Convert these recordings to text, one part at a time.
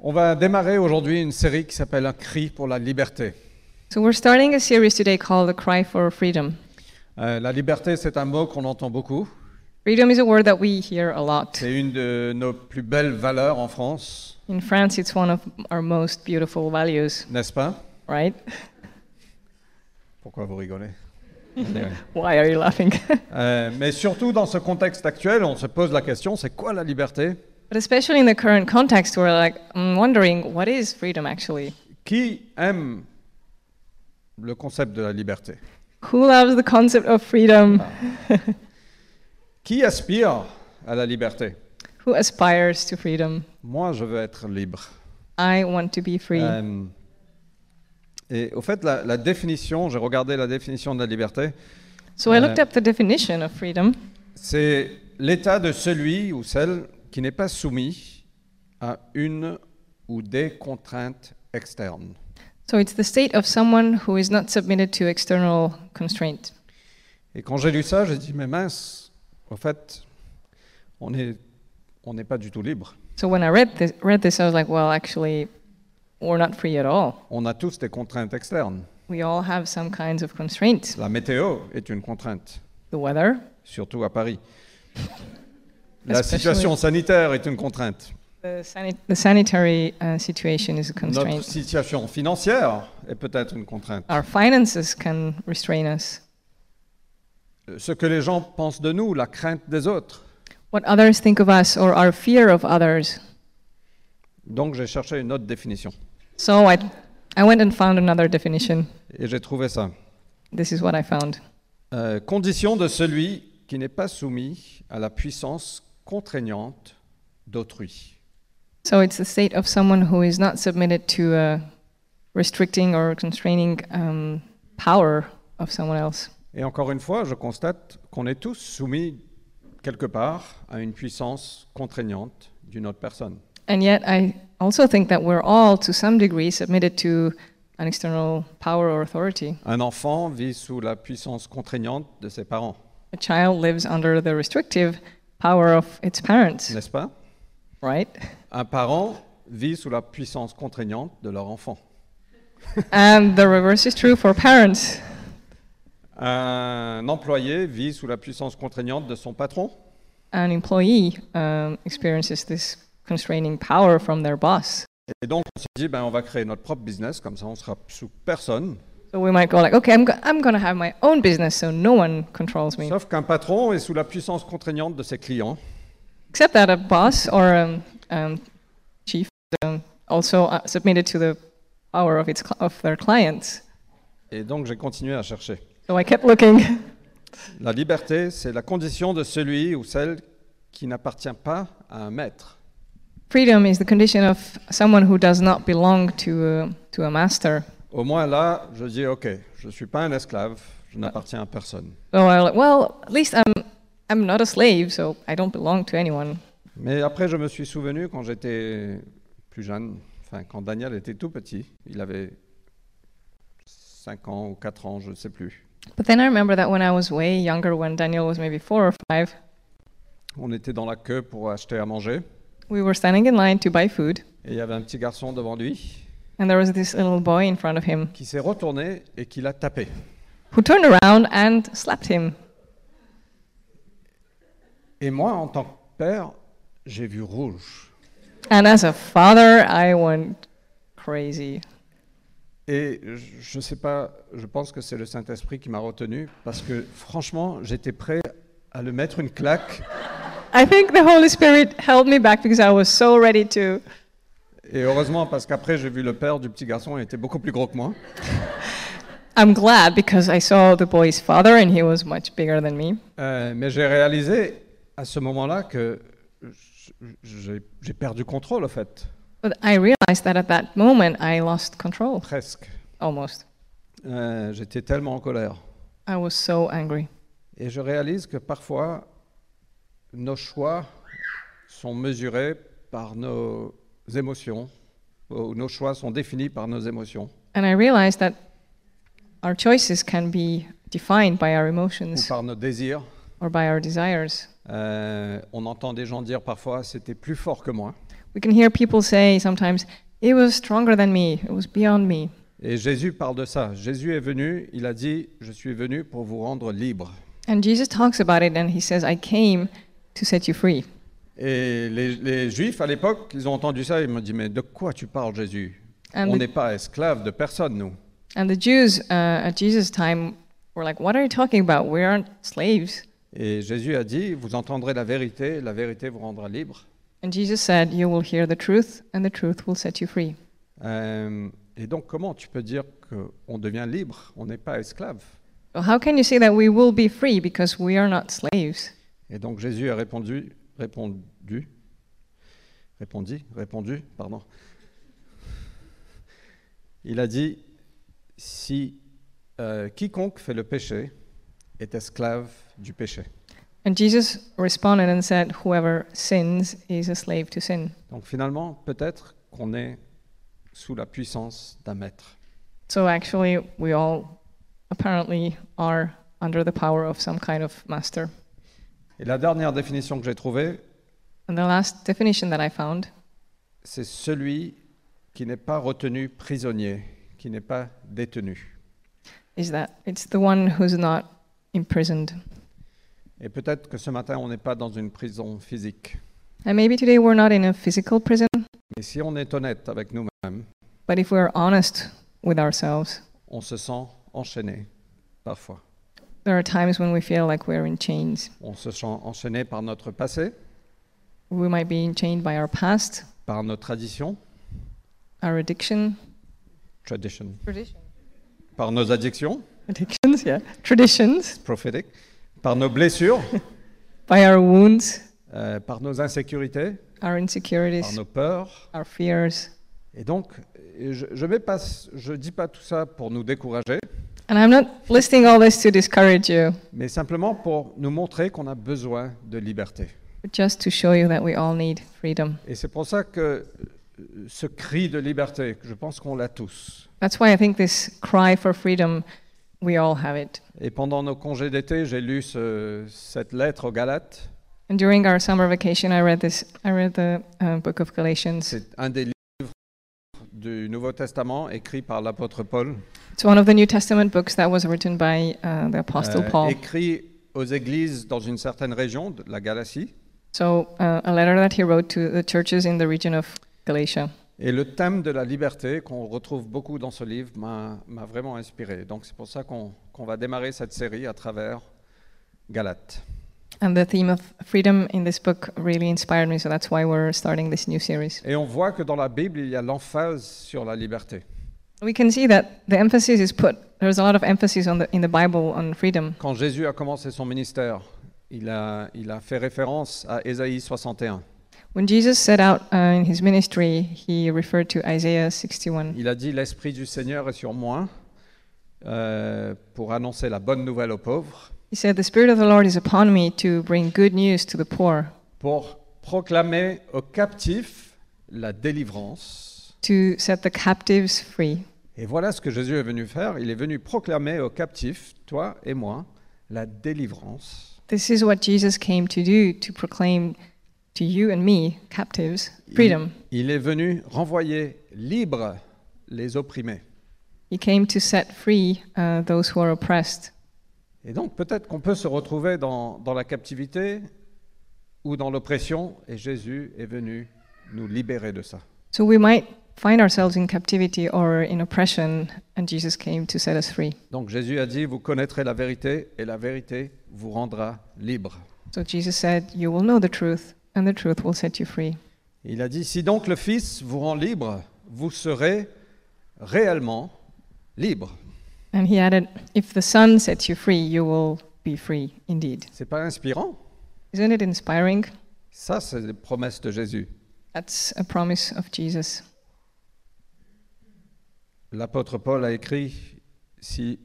On va démarrer aujourd'hui une série qui s'appelle Un cri pour la liberté. So we're starting a series today called The Cry for Freedom. Euh, la liberté, c'est un mot qu'on entend beaucoup. Freedom is a word that we hear a lot. C'est une de nos plus belles valeurs en France, In France, it's one of our most beautiful values, n'est-ce pas right? Pourquoi vous rigolez Why are you laughing? Euh, Mais surtout dans ce contexte actuel, on se pose la question, c'est quoi la liberté but especially in the current context, we're like I'm wondering what is freedom actually? Qui aime le concept de la liberté Who loves the concept of freedom? Qui aspire à la liberté Who aspires to freedom? Moi, je veux être libre. I want to be free. Euh, et au fait, la, la définition, j'ai regardé la définition de la liberté, so I looked euh, up the definition of freedom. c'est l'état de celui ou celle qui n'est pas soumis à une ou des contraintes externes. So it's the state of someone who is not submitted to external constraint. Et quand j'ai lu ça, j'ai dit, mais mince, au fait, on n'est on n'est pas du tout libre. So when I read this, read this, I was like, well, actually, we're not free at all. On a tous des contraintes externes. We all have some kinds of constraints. La météo est une contrainte, The weather, surtout à Paris. La Especially- situation sanitaire est une contrainte. the, sanit- the sanitary uh, situation is a Notre constraint. situation financière est peut-être une contrainte. Our finances can restrain us. Ce que les gens pensent de nous, la crainte des autres. What others think of us or our fear of others. Donc j'ai cherché une autre définition. So I, I went and found another definition. Et j'ai trouvé ça. This is what I found. Euh, condition de celui qui n'est pas soumis à la puissance contraignante d'autrui. So it's the state of someone who is not submitted to a restricting or constraining um, power of someone else. Et encore une fois, je constate qu'on est tous soumis quelque part à une puissance contraignante d'une autre personne. And yet, I also think that we're all, to some degree, submitted to an external power or authority. Un enfant vit sous la puissance contraignante de ses parents, A child lives under the restrictive power of its parents, n'est-ce pas right? Un parent vit sous la puissance contraignante de leur enfant. and the reverse is true for parents. Un employé vit sous la puissance contraignante de son patron. An employee um, experiences this constraining power from their boss. Et donc, on se dit, ben, on va créer notre propre business, comme ça, on sera sous personne. So we might go like, okay, I'm, go- I'm going to have my own business, so no one controls me. Sauf qu'un patron est sous la puissance contraignante de ses clients. Except that a boss or um, um, chief um, also uh, submitted to the power of, its cl- of their clients. Et donc, j'ai continué à chercher. So I kept looking. La liberté, c'est la condition de celui ou celle qui n'appartient pas à un maître. Freedom is the condition of someone who does not belong to a, to a master. Au moins là, je dis, OK, je ne suis pas un esclave, je n'appartiens à personne. So I like, well, at least I'm I'm not a slave, so I don't belong to anyone. Mais après, je me suis souvenu quand j'étais plus jeune, enfin, quand Daniel était tout petit, il avait 5 ans ou 4 ans, je ne sais plus. But then I remember that when I was way younger, when Daniel was maybe four or five, On était dans la queue pour acheter à manger we were standing in line to buy food, et il y avait un petit garçon devant lui and there was this little boy in front of him qui s'est retourné et qui l'a tapé. who turned around and slapped him. Et moi, en tant que père, j'ai vu rouge. And as a father, I went crazy. Et je je sais pas, je pense que c'est le Saint-Esprit qui m'a retenu parce que franchement, j'étais prêt à le mettre une claque I think the Holy Spirit held me back because I was so ready to. et heureusement parce qu'après j'ai vu le père du petit garçon, il était beaucoup plus gros que moi I'm glad because I saw the boy's father and he was much bigger than me. Euh, mais j'ai réalisé à ce moment-là que j- j'ai j'ai perdu contrôle en fait, But I realized that at that moment I lost control presque. almost. Euh, j'étais tellement en colère. I was so angry. Et je réalise que parfois, nos choix sont mesurés par nos émotions, ou nos choix sont définis par nos émotions, And I realized that our choices can be defined by our ou emotions par nos désirs. or by our desires. Euh, on entend des gens dire parfois, c'était plus fort que moi. we can hear people say sometimes, it was stronger than me, it was beyond me. Et Jésus parle de ça. Jésus est venu, il a dit, je suis venu pour vous rendre libre. And Jesus talks about it and he says, I came to set you free. Et les, les Juifs, à l'époque, ils ont entendu ça, ils m'ont dit, mais de quoi tu parles, Jésus And On the, n'est pas esclaves de personne, nous. and the Jews uh, at Jesus' time were like, What are you talking about? We aren't slaves. Et Jésus a dit, vous entendrez la vérité, la vérité vous rendra libre. And Jesus said, You will hear the truth, and the truth will set you free. Euh, et donc, comment tu peux dire qu'on devient libre On n'est pas esclave. Well, how can you say that we will be free because we are not slaves? Et donc Jésus a répondu, répondu, répondit, répondu, pardon. Il a dit, si euh, quiconque fait le péché est esclave du péché. And Jesus responded and said, Whoever sins is a slave to sin. Donc finalement, peut-être qu'on est sous la puissance d'un maître. So actually, we all apparently are under the power of some kind of master. Et la dernière définition que j'ai trouvée, And the last definition that I found c'est celui qui n'est pas retenu prisonnier, qui n'est pas détenu. is that it's the one who's not imprisoned. Et peut-être que ce matin, on n'est pas dans une prison physique. And maybe today we're not in a physical prison, Et si on est honnête avec nous-mêmes, but if we're honest with ourselves, on se sent enchaîné parfois. there are times when we feel like we're in chains. On se sent enchaîné par notre passé, We might be enchained by our past, par nos traditions, our addiction. tradition, Tradition. par nos addictions, Addictions, yeah. Traditions, prophétiques, par nos blessures, by our wounds, euh, par nos insécurités, our par insecurities, nos peurs. our fears. Et donc, et je ne dis pas tout ça pour nous décourager, And I'm not listing all this to discourage you, mais simplement pour nous montrer qu'on a besoin de liberté. but just to show you that we all need freedom. Et c'est pour ça que euh, ce cri de liberté, je pense qu'on l'a tous. That's why I think this cry for freedom, we all have it. Et pendant nos congés d'été, j'ai lu ce- cette lettre aux Galates. And during our summer vacation, I read this. I read the uh, book of Galatians. C'est un des livres du Nouveau Testament écrit par l'apôtre Paul, It's one of the New Testament books that was written by uh, the Apostle euh, Paul. écrit aux églises dans une certaine région, de la Galatie. So, uh, a letter that he wrote to the churches in the region of Galatia. Et le thème de la liberté, qu'on retrouve beaucoup dans ce livre, m'a m'a vraiment inspiré. Donc c'est pour ça qu'on qu'on va démarrer cette série à travers Galates. And the theme of freedom in this book really inspired me, so that's why we're starting this new series. Et on voit que dans la Bible, il y a l'emphase sur la liberté. We can see that the emphasis is put, there's a lot of emphasis on the, in the Bible on freedom. Quand Jésus a commencé son ministère, il a, il a fait référence à Ésaïe 61. When Jesus set out uh, in his ministry, he referred to Isaiah 61. Il a dit L'Esprit du Seigneur est sur moi euh, pour annoncer la bonne nouvelle aux pauvres, He said, The Spirit of the Lord is upon me to bring good news to the poor. pour proclamer aux captifs la délivrance. to set the captives free. Et voilà ce que Jésus est venu faire. Il est venu proclamer aux captifs, toi et moi, la délivrance. This is what Jesus came to do to proclaim to you and me, captives, freedom. Il est venu renvoyer libres les opprimés. He came to set free uh, those who are oppressed. Et donc peut-être qu'on peut se retrouver dans, dans la captivité ou dans l'oppression, et Jésus est venu nous libérer de ça. So we might find ourselves in captivity or in oppression, and Jesus came to set us free. Donc Jésus a dit, vous connaîtrez la vérité et la vérité vous rendra libre. So Jesus said, You will know the truth, and the truth will set you free. Il a dit, si donc le Fils vous rend libre, vous serez réellement libre. And he added, If the Son sets you free, you will be free indeed. C'est pas inspirant Isn't it inspiring? Ça, c'est les promesses de Jésus. That's a promise of Jesus. L'apôtre Paul a écrit, si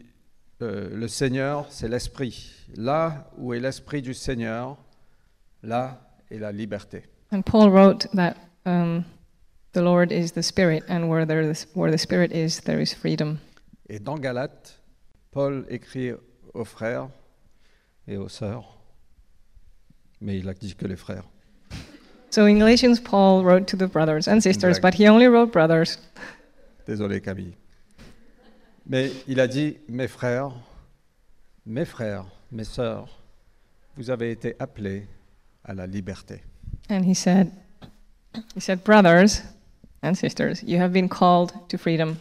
euh, le Seigneur, c'est l'Esprit. Là où est l'Esprit du Seigneur, là est la liberté. And Paul wrote that um, the Lord is the Spirit, and where, there is, where the Spirit is, there is freedom. Et dans Galates, Paul écrit aux frères et aux sœurs, mais il a dit que les frères. So in Galatians, Paul wrote to the brothers and sisters, Exact. but he only wrote brothers. Désolé Camille. Mais il a dit, mes frères, mes frères, mes sœurs, vous avez été appelés à la liberté. And he said, he said, brothers and sisters, you have been called to freedom.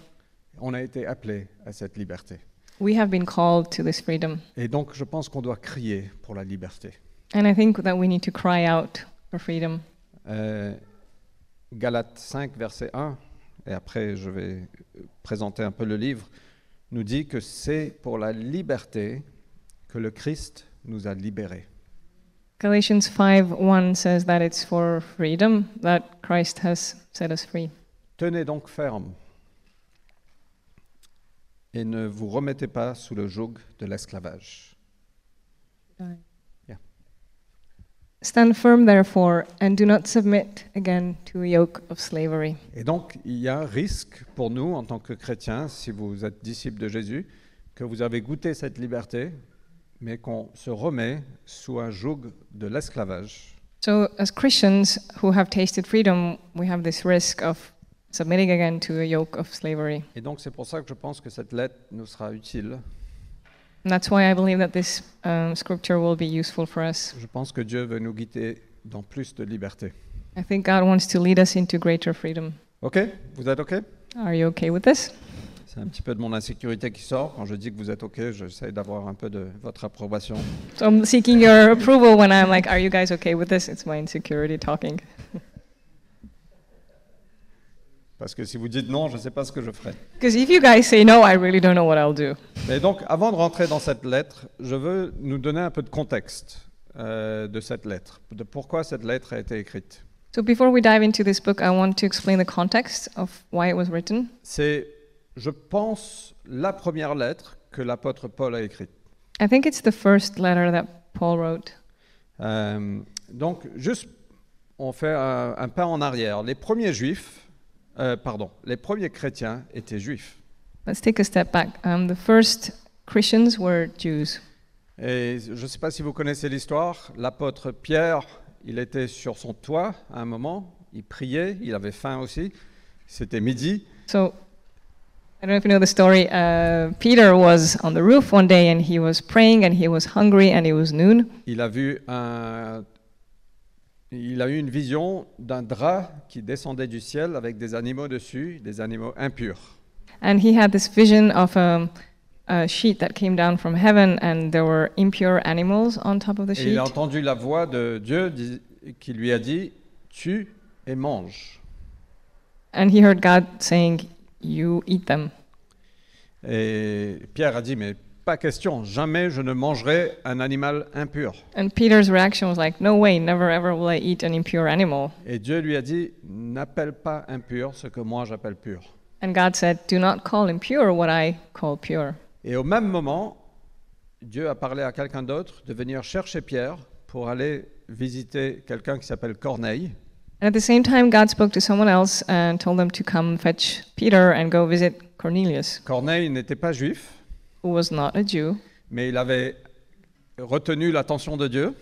On a été appelés à cette liberté. We have been called to this freedom. Et donc je pense qu'on doit crier pour la liberté. And I think that we need to cry out for freedom. Euh, Galates 5, verset 1, et après je vais euh, présenter un peu le livre, nous dit que c'est pour la liberté que le Christ nous a libérés. Galatians 5:1 says that it's for freedom that Christ has set us free. Tenez donc ferme et ne vous remettez pas sous le joug de l'esclavage. Yeah. Stand firm, therefore, and do not submit again to a yoke of slavery. Et donc, il y a un risque pour nous, en tant que chrétiens, si vous êtes disciples de Jésus, que vous avez goûté cette liberté, mais qu'on se remet sous un joug de l'esclavage. So, as Christians who have tasted freedom, we have this risk of submitting again to a yoke of slavery. Et donc, c'est pour ça que je pense que cette lettre nous sera utile. And that's why I believe that this um, scripture will be useful for us. Je pense que Dieu veut nous guider dans plus de liberté. I think God wants to lead us into greater freedom. OK Vous êtes OK Are you okay with this? C'est un petit peu de mon insécurité qui sort. Quand je dis que vous êtes OK, j'essaie d'avoir un peu de votre approbation. So I'm seeking your approval when I'm like, are you guys okay with this? It's my insecurity talking. Parce que si vous dites non, je ne sais pas ce que je ferai. Because if you guys say no, I really don't know what I'll do. Et donc, avant de rentrer dans cette lettre, je veux nous donner un peu de contexte euh, de cette lettre, de pourquoi cette lettre a été écrite. So before we dive into this book, I want to explain the context of why it was written. C'est, je pense, la première lettre que l'apôtre Paul a écrite. I think it's the first letter that Paul wrote. Euh, donc, juste, on fait un, un pas en arrière. Les premiers juifs, euh, pardon, les premiers chrétiens étaient juifs. Let's take a step back. Um, the first Christians were Jews. Et je ne sais pas si vous connaissez l'histoire, l'apôtre Pierre, il était sur son toit à un moment, il priait, il avait faim aussi, c'était midi, So I don't know if you know the story. Uh, Peter was on the roof one day and he was praying and he was hungry and it was noon. il a vu un... Il a eu une vision d'un drap qui descendait du ciel avec des animaux dessus, des animaux impurs. And he had this vision of um, a sheet that came down from heaven, and there were impure animals on top of the Et sheet. il a entendu la voix de Dieu dis- qui lui a dit, tue et mange. And he heard God saying, You eat them. Et Pierre a dit, mais pas question, jamais je ne mangerai un animal impur. And Peter's reaction was like, No way, never ever will I eat an impure animal. Et Dieu lui a dit, n'appelle pas impur ce que moi j'appelle pur. And God said, Do not call impure what I call pure. Et au même moment, Dieu a parlé à quelqu'un d'autre de venir chercher Pierre pour aller visiter quelqu'un qui s'appelle Corneille. And at the same time, God spoke to someone else and told them to come fetch Peter and go visit Cornelius, Corneille n'était pas juif, who was not a Jew, mais il avait retenu l'attention de Dieu.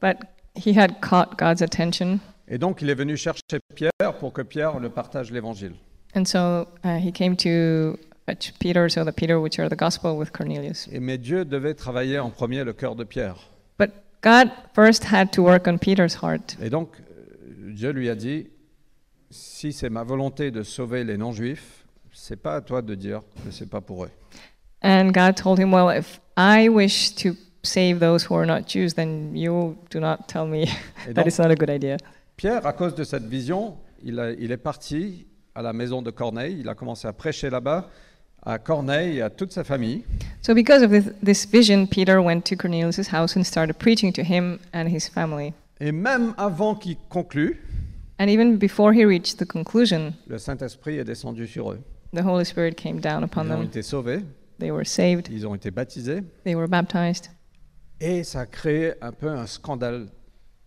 but he had caught God's attention. Et donc il est venu chercher Pierre pour que Pierre le partage l'évangile. And so uh, he came to fetch Peter, so the Peter which are the gospel with Cornelius. Et mais Dieu devait travailler en premier le cœur de Pierre. But God first had to work on Peter's heart. Et donc euh, Dieu lui a dit, si c'est ma volonté de sauver les non-juifs, c'est pas à toi de dire que c'est pas pour eux. And God told him, Well, if I wish to save those who are not Jews, then you do not tell me Et that donc, it's not a good idea. Pierre, à cause de cette vision, il, a- il est parti à la maison de Corneille. Il a commencé à prêcher là-bas, à Corneille et à toute sa famille. So, because of this, this vision, Peter went to Cornelius' house and started preaching to him and his family. Et même avant qu'il conclue, And even before he reached the conclusion, le Saint-Esprit est descendu sur eux. the Holy Spirit came down upon Ils ont them. été sauvés, They were saved, ils ont été baptisés. they were baptized, Et ça a créé un peu un scandale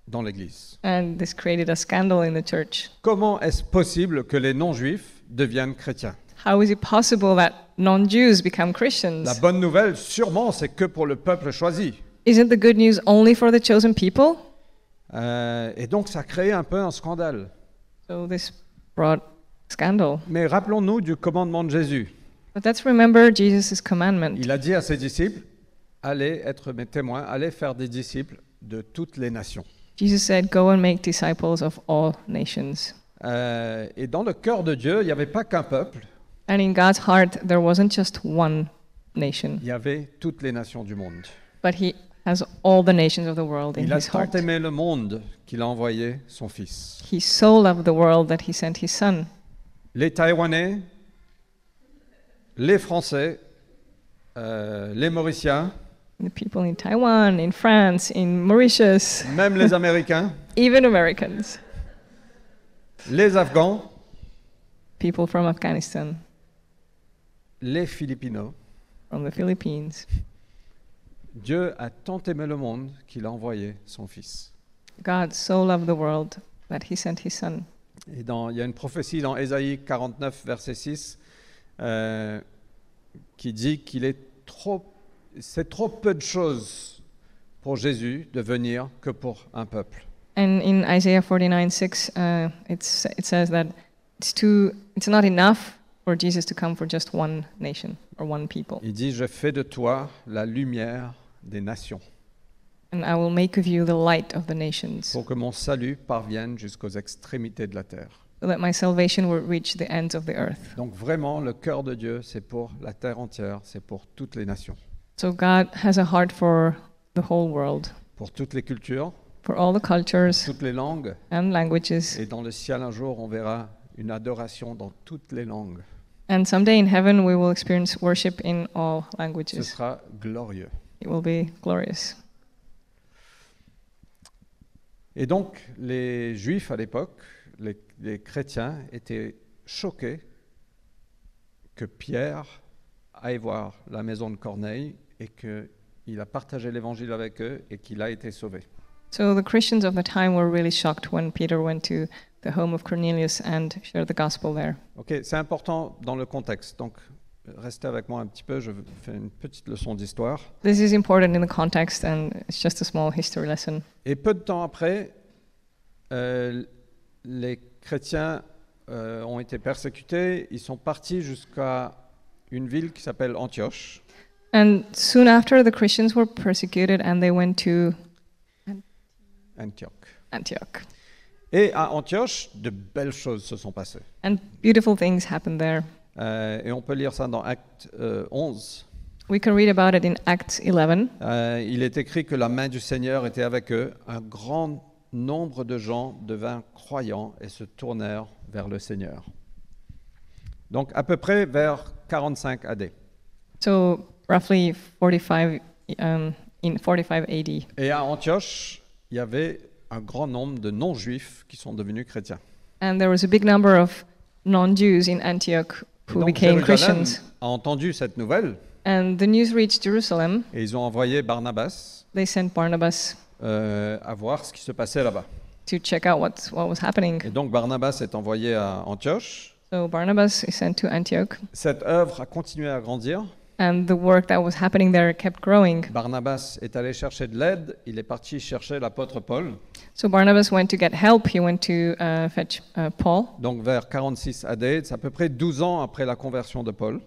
dans l'Église. and this created a scandal in the church. Comment est-ce possible que les non-juifs deviennent chrétiens How is it possible that non Jews become La Christians? bonne nouvelle, sûrement, c'est que pour le peuple choisi. Isn't the good news only for the chosen people? Euh, et donc, ça a créé un peu un scandale. So this brought scandal. Mais rappelons-nous du commandement de Jésus. But let's remember Jesus' commandment. Il a dit à ses disciples, allez être mes témoins, allez faire des disciples de toutes les nations. Jesus said, Go and make disciples of all nations. Euh, et dans le cœur de Dieu, il n'y avait pas qu'un peuple, And in God's heart, there wasn't just one nation, il y avait toutes les nations du monde. but He has all the nations of the world in Il a His tant heart. aimé le monde qu'il a envoyé son fils. He so loved the world that He sent His Son. Les Taïwanais, les Français, euh, les Mauriciens, The people in Taiwan, in France, in Mauritius, même les Américains, even Americans, les Afghans, people from Afghanistan, les Philippinos. from the Philippines. Dieu a tant aimé le monde qu'il a envoyé son fils. God so loved the world that He sent His Son. Et dans- il y a une prophétie dans Ésaïe 49, verset 6, euh, qui dit qu'il est trop, c'est trop peu de choses pour Jésus de venir que pour un peuple. And in Isaiah 49:6, uh, it's, it says that it's, too, it's not enough for Jesus to come for just one nation or one people. Il dit, je fais de toi la lumière des nations. And I will make of you the light of the nations, so pour que mon salut parvienne jusqu'aux extrémités de la terre. that my salvation will reach the ends of the earth. Donc vraiment, le cœur de Dieu, c'est pour la terre entière, c'est pour toutes les nations, So God has a heart for the whole world, pour toutes les cultures, for all the cultures toutes les langues. and languages. Et dans le ciel, un jour, on verra une adoration dans toutes les langues. And someday in heaven, we will experience worship in all Ce languages. sera glorieux. It will be glorious. Et donc, les Juifs à l'époque, les, les chrétiens, étaient choqués que Pierre aille voir la maison de Corneille et qu'il a partagé l'évangile avec eux et qu'il a été sauvé. So the Christians of the time were really shocked when Peter went to the home of Cornelius and shared the gospel there. Ok, c'est important dans le contexte. Donc, restez avec moi un petit peu. Je fais une petite leçon d'histoire. This is important in the context, and it's just a small history lesson. Et peu de temps après, euh, les chrétiens euh, ont été persécutés. Ils sont partis jusqu'à une ville qui s'appelle Antioche. And soon after, the Christians were persecuted and they went to Antioche. Antioch. Et à Antioche, de belles choses se sont passées. And beautiful things happened there. Euh, et on peut lire ça dans Acte euh, 11. We can read about it in Acts 11. Euh, il est écrit que la main du Seigneur était avec eux. Un grand nombre de gens devinrent croyants et se tournèrent vers le Seigneur. Donc à peu près vers 45 AD. So roughly 45 um, in 45 AD. Et à Antioche, il y avait un grand nombre de non-juifs qui sont devenus chrétiens. And there was a big number of non-Jews in Antioch Et who donc, became Jérusalem Christians. a entendu cette nouvelle And the news reached Jerusalem. et ils ont envoyé Barnabas They sent Barnabas euh, à voir ce qui se passait là-bas. to check out what what was happening. Et donc Barnabas est envoyé à Antioche. So Barnabas is sent to Antioch, Cette œuvre a continué à grandir. and the work that was happening there kept growing. Barnabas est allé chercher de l'aide, il est parti chercher l'apôtre Paul. So Barnabas went to get help. He went to uh, fetch uh, Paul. Donc vers 46 AD, c'est à peu près 12 ans après la conversion de Paul.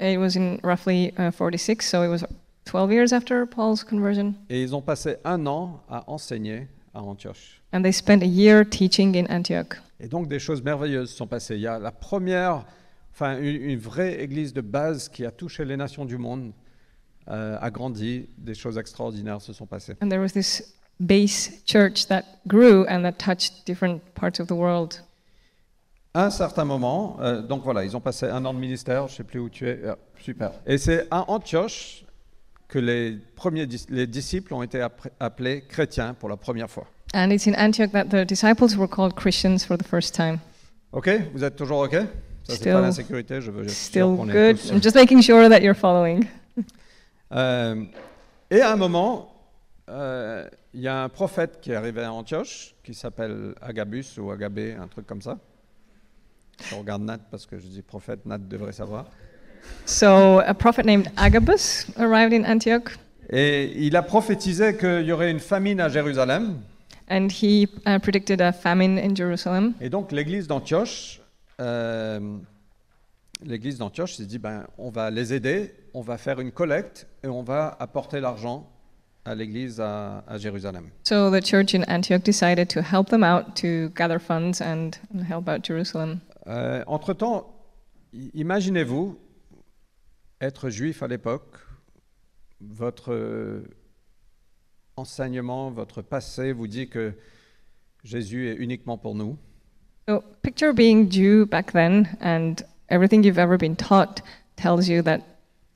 It was in roughly uh, 46, so it was 12 years after Paul's conversion. Et ils ont passé un an à enseigner à Antioche. And they spent a year teaching in Antioch. Et donc des choses merveilleuses sont passées. Il y a la première, enfin une, une vraie église de base qui a touché les nations du monde, euh, a grandi, des choses extraordinaires se sont passées. And there was this base church that grew and that touched different parts of the world. À un certain moment, euh, donc voilà, ils ont passé un an de ministère, je ne sais plus où tu es, Ah, super. Et c'est à Antioche que les premiers dis- les disciples ont été appré- appelés chrétiens pour la première fois. And it's in Antioch that the disciples were called Christians for the first time. Ok, vous êtes toujours ok Ça c'est Still- pas l'insécurité, je veux juste être sûr Still qu'on est good. tous- I'm just making sure that you're following. Euh, et à un moment, euh, il y a un prophète qui est arrivé à Antioche, qui s'appelle Agabus ou Agabé, un truc comme ça. Je regarde Nat parce que je dis prophète, Nat devrait savoir. So a prophet named Agabus arrived in Antioch, Et il a prophétisé qu'il y aurait une famine à Jérusalem. And he uh, predicted a famine in Jerusalem. Et donc l'église d'Antioche, euh, l'église d'Antioche s'est dit, ben, on va les aider, on va faire une collecte et on va apporter l'argent à l'église à, à Jérusalem. So the church in Antioch decided to help them out to gather funds and, and help out Jerusalem. Euh, entre-temps, i- imaginez-vous être juif à l'époque, votre euh, enseignement, votre passé vous dit que Jésus est uniquement pour nous. So picture being Jew back then, and everything you've ever been taught tells you that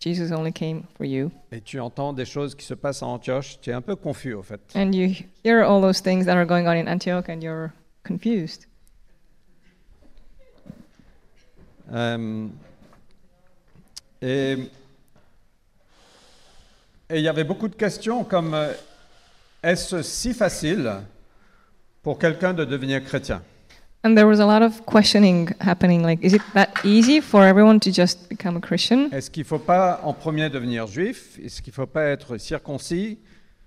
Jesus only came for you. Et tu entends des choses qui se passent à Antioche, tu es un peu confus au fait. And you hear all those things that are going on in Antioch and you're confused. Euh, et et il y avait beaucoup de questions comme euh, est-ce si facile pour quelqu'un de devenir chrétien And there was a lot of questioning happening like, is it that easy for everyone to just become a Christian? Est-ce qu'il ne faut pas en premier devenir juif Est-ce qu'il ne faut pas être circoncis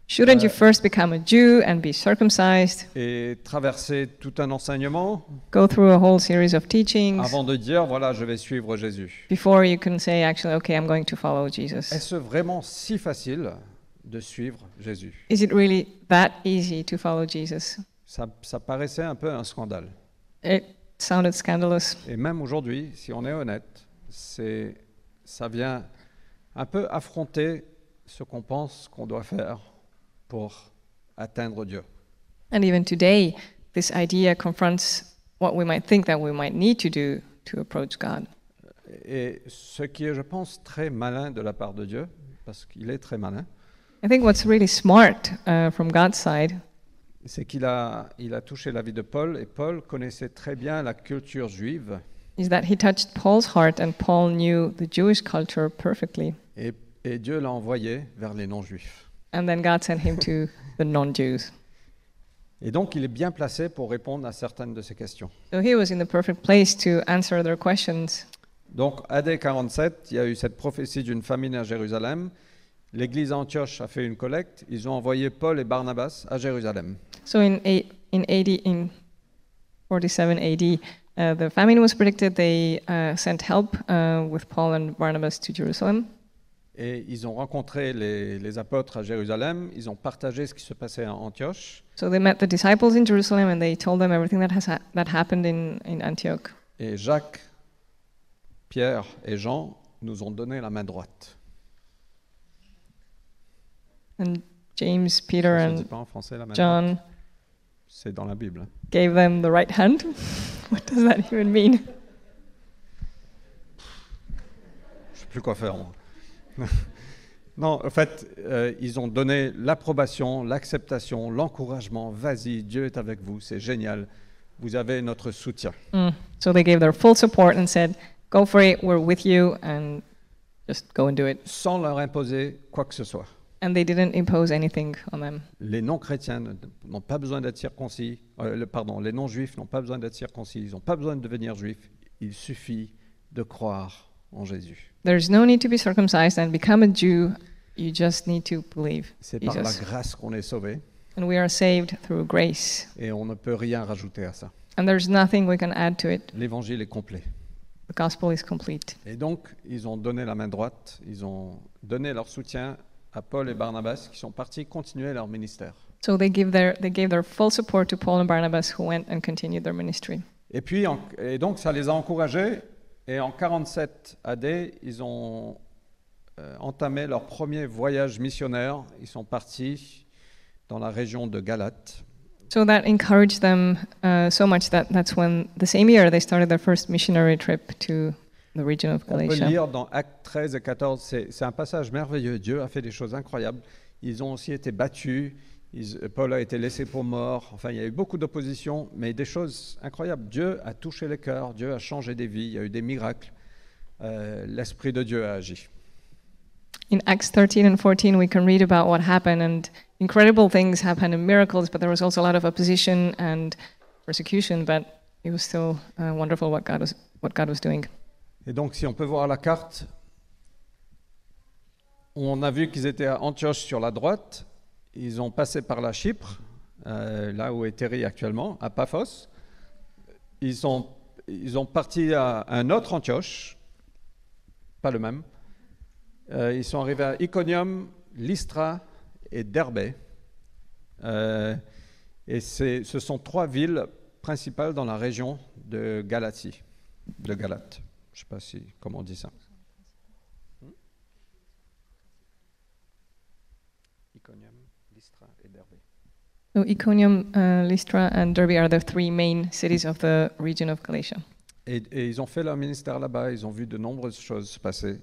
Shouldn't you Uh, first become a Jew and be circumcised, et traverser tout un enseignement go through a whole series of teachings avant de dire voilà, je vais suivre Jésus before you can say, actually, okay, I'm going to follow Jesus? Est-ce vraiment si facile de suivre Jésus Is it really that easy to follow Jesus? ça, ça paraissait un peu un scandale. It sounded scandalous. Et même aujourd'hui, si on est honnête, c'est, ça vient un peu affronter ce qu'on pense qu'on doit faire pour atteindre Dieu. And even today, this idea confronts what we might think that we might need to do to approach God. Et ce qui est, je pense, très malin de la part de Dieu, parce qu'il est très malin, I think what's really smart uh, from God's side c'est qu'il a, il a touché la vie de Paul, et Paul connaissait très bien la culture juive, is that He touched Paul's heart, and Paul knew the Jewish culture perfectly. et, et Dieu l'a envoyé vers les non-juifs. And then God sent him to the non Jews. Et donc, il est bien placé pour répondre à certaines de ces questions. So he was in the perfect place to answer their questions. Donc, AD 47, il y a eu cette prophétie d'une famine à Jérusalem. L'église à Antioche a fait une collecte. Ils ont envoyé Paul et Barnabas à Jérusalem. So in, eight, in, 80, in 47 AD, uh, the famine was predicted. They uh, sent help uh, with Paul and Barnabas to Jerusalem. Et ils ont rencontré les, les apôtres à Jérusalem. Ils ont partagé ce qui se passait à Antioche. So they met the disciples in Jerusalem and they told them everything that has ha- that happened in, in Antioch. Et Jacques, Pierre et Jean nous ont donné la main droite. And James, Peter, Ça se dit and pas en français, la main droite. John C'est dans la Bible. hein. gave them the right hand. what does that even mean? Je sais plus quoi faire, moi. non, en fait, euh, ils ont donné l'approbation, l'acceptation, l'encouragement. Vas-y, Dieu est avec vous, c'est génial. Vous avez notre soutien. Mm. So they gave their full support and said, "Go for it. We're with you, and just go and do it." Sans leur imposer quoi que ce soit. And they didn't impose anything on them. Les non-chrétiens ne- n'ont pas besoin d'être circoncis. Euh, le- pardon, les non-juifs n'ont pas besoin d'être circoncis. Ils n'ont pas besoin de devenir juifs. Il suffit de croire en Jésus. There's no need to be circumcised and become a Jew. You just need to believe, C'est par la Jesus. grâce qu'on est sauvé and we are saved through grace. et on ne peut rien rajouter à ça. And there's nothing we can add to it. L'évangile est complet. The gospel is complete. Et donc, ils ont donné la main droite, ils ont donné leur soutien à Paul et Barnabas qui sont partis continuer leur ministère. So they give their they gave their full support to Paul and Barnabas, who went and continued their ministry. Et puis, en- et donc, ça les a encouragés. Et en 47 AD, ils ont euh, entamé leur premier voyage missionnaire. Ils sont partis dans la région de Galate. So that encouraged them uh, so much that that's when the same year they started their first missionary trip to the region of On peut Galatia. lire dans Actes 13 et 14, c'est c'est un passage merveilleux. Dieu a fait des choses incroyables. Ils ont aussi été battus. Ils- Paul a été laissé pour mort. Enfin, il y a eu beaucoup d'opposition, mais des choses incroyables. Dieu a touché les cœurs. Dieu a changé des vies. Il y a eu des miracles. Euh, L'Esprit de Dieu a agi. In Acts 13 and 14, we can read about what happened, and incredible things happened and miracles, but there was also a lot of opposition and persecution, but it was still uh, wonderful what God was, what God was doing. Et donc, si on peut voir la carte, on a vu qu'ils étaient à Antioche sur la droite. Ils ont passé par la Chypre, euh, là où est Terry actuellement, à Paphos. Ils sont, ils ont parti à un autre Antioche, pas le même. Euh, ils sont arrivés à Iconium, Lystra et Derbe. Euh, et c'est- ce sont trois villes principales dans la région de Galatie, de Galate. Je sais pas si comment on dit ça. Iconium, Lystra et Derbe. So Iconium, uh, Lystra, and Derbe are the three main cities of the region of Galatia, Et, et ils ont fait leur ministère là-bas, ils ont vu de nombreuses choses se passer.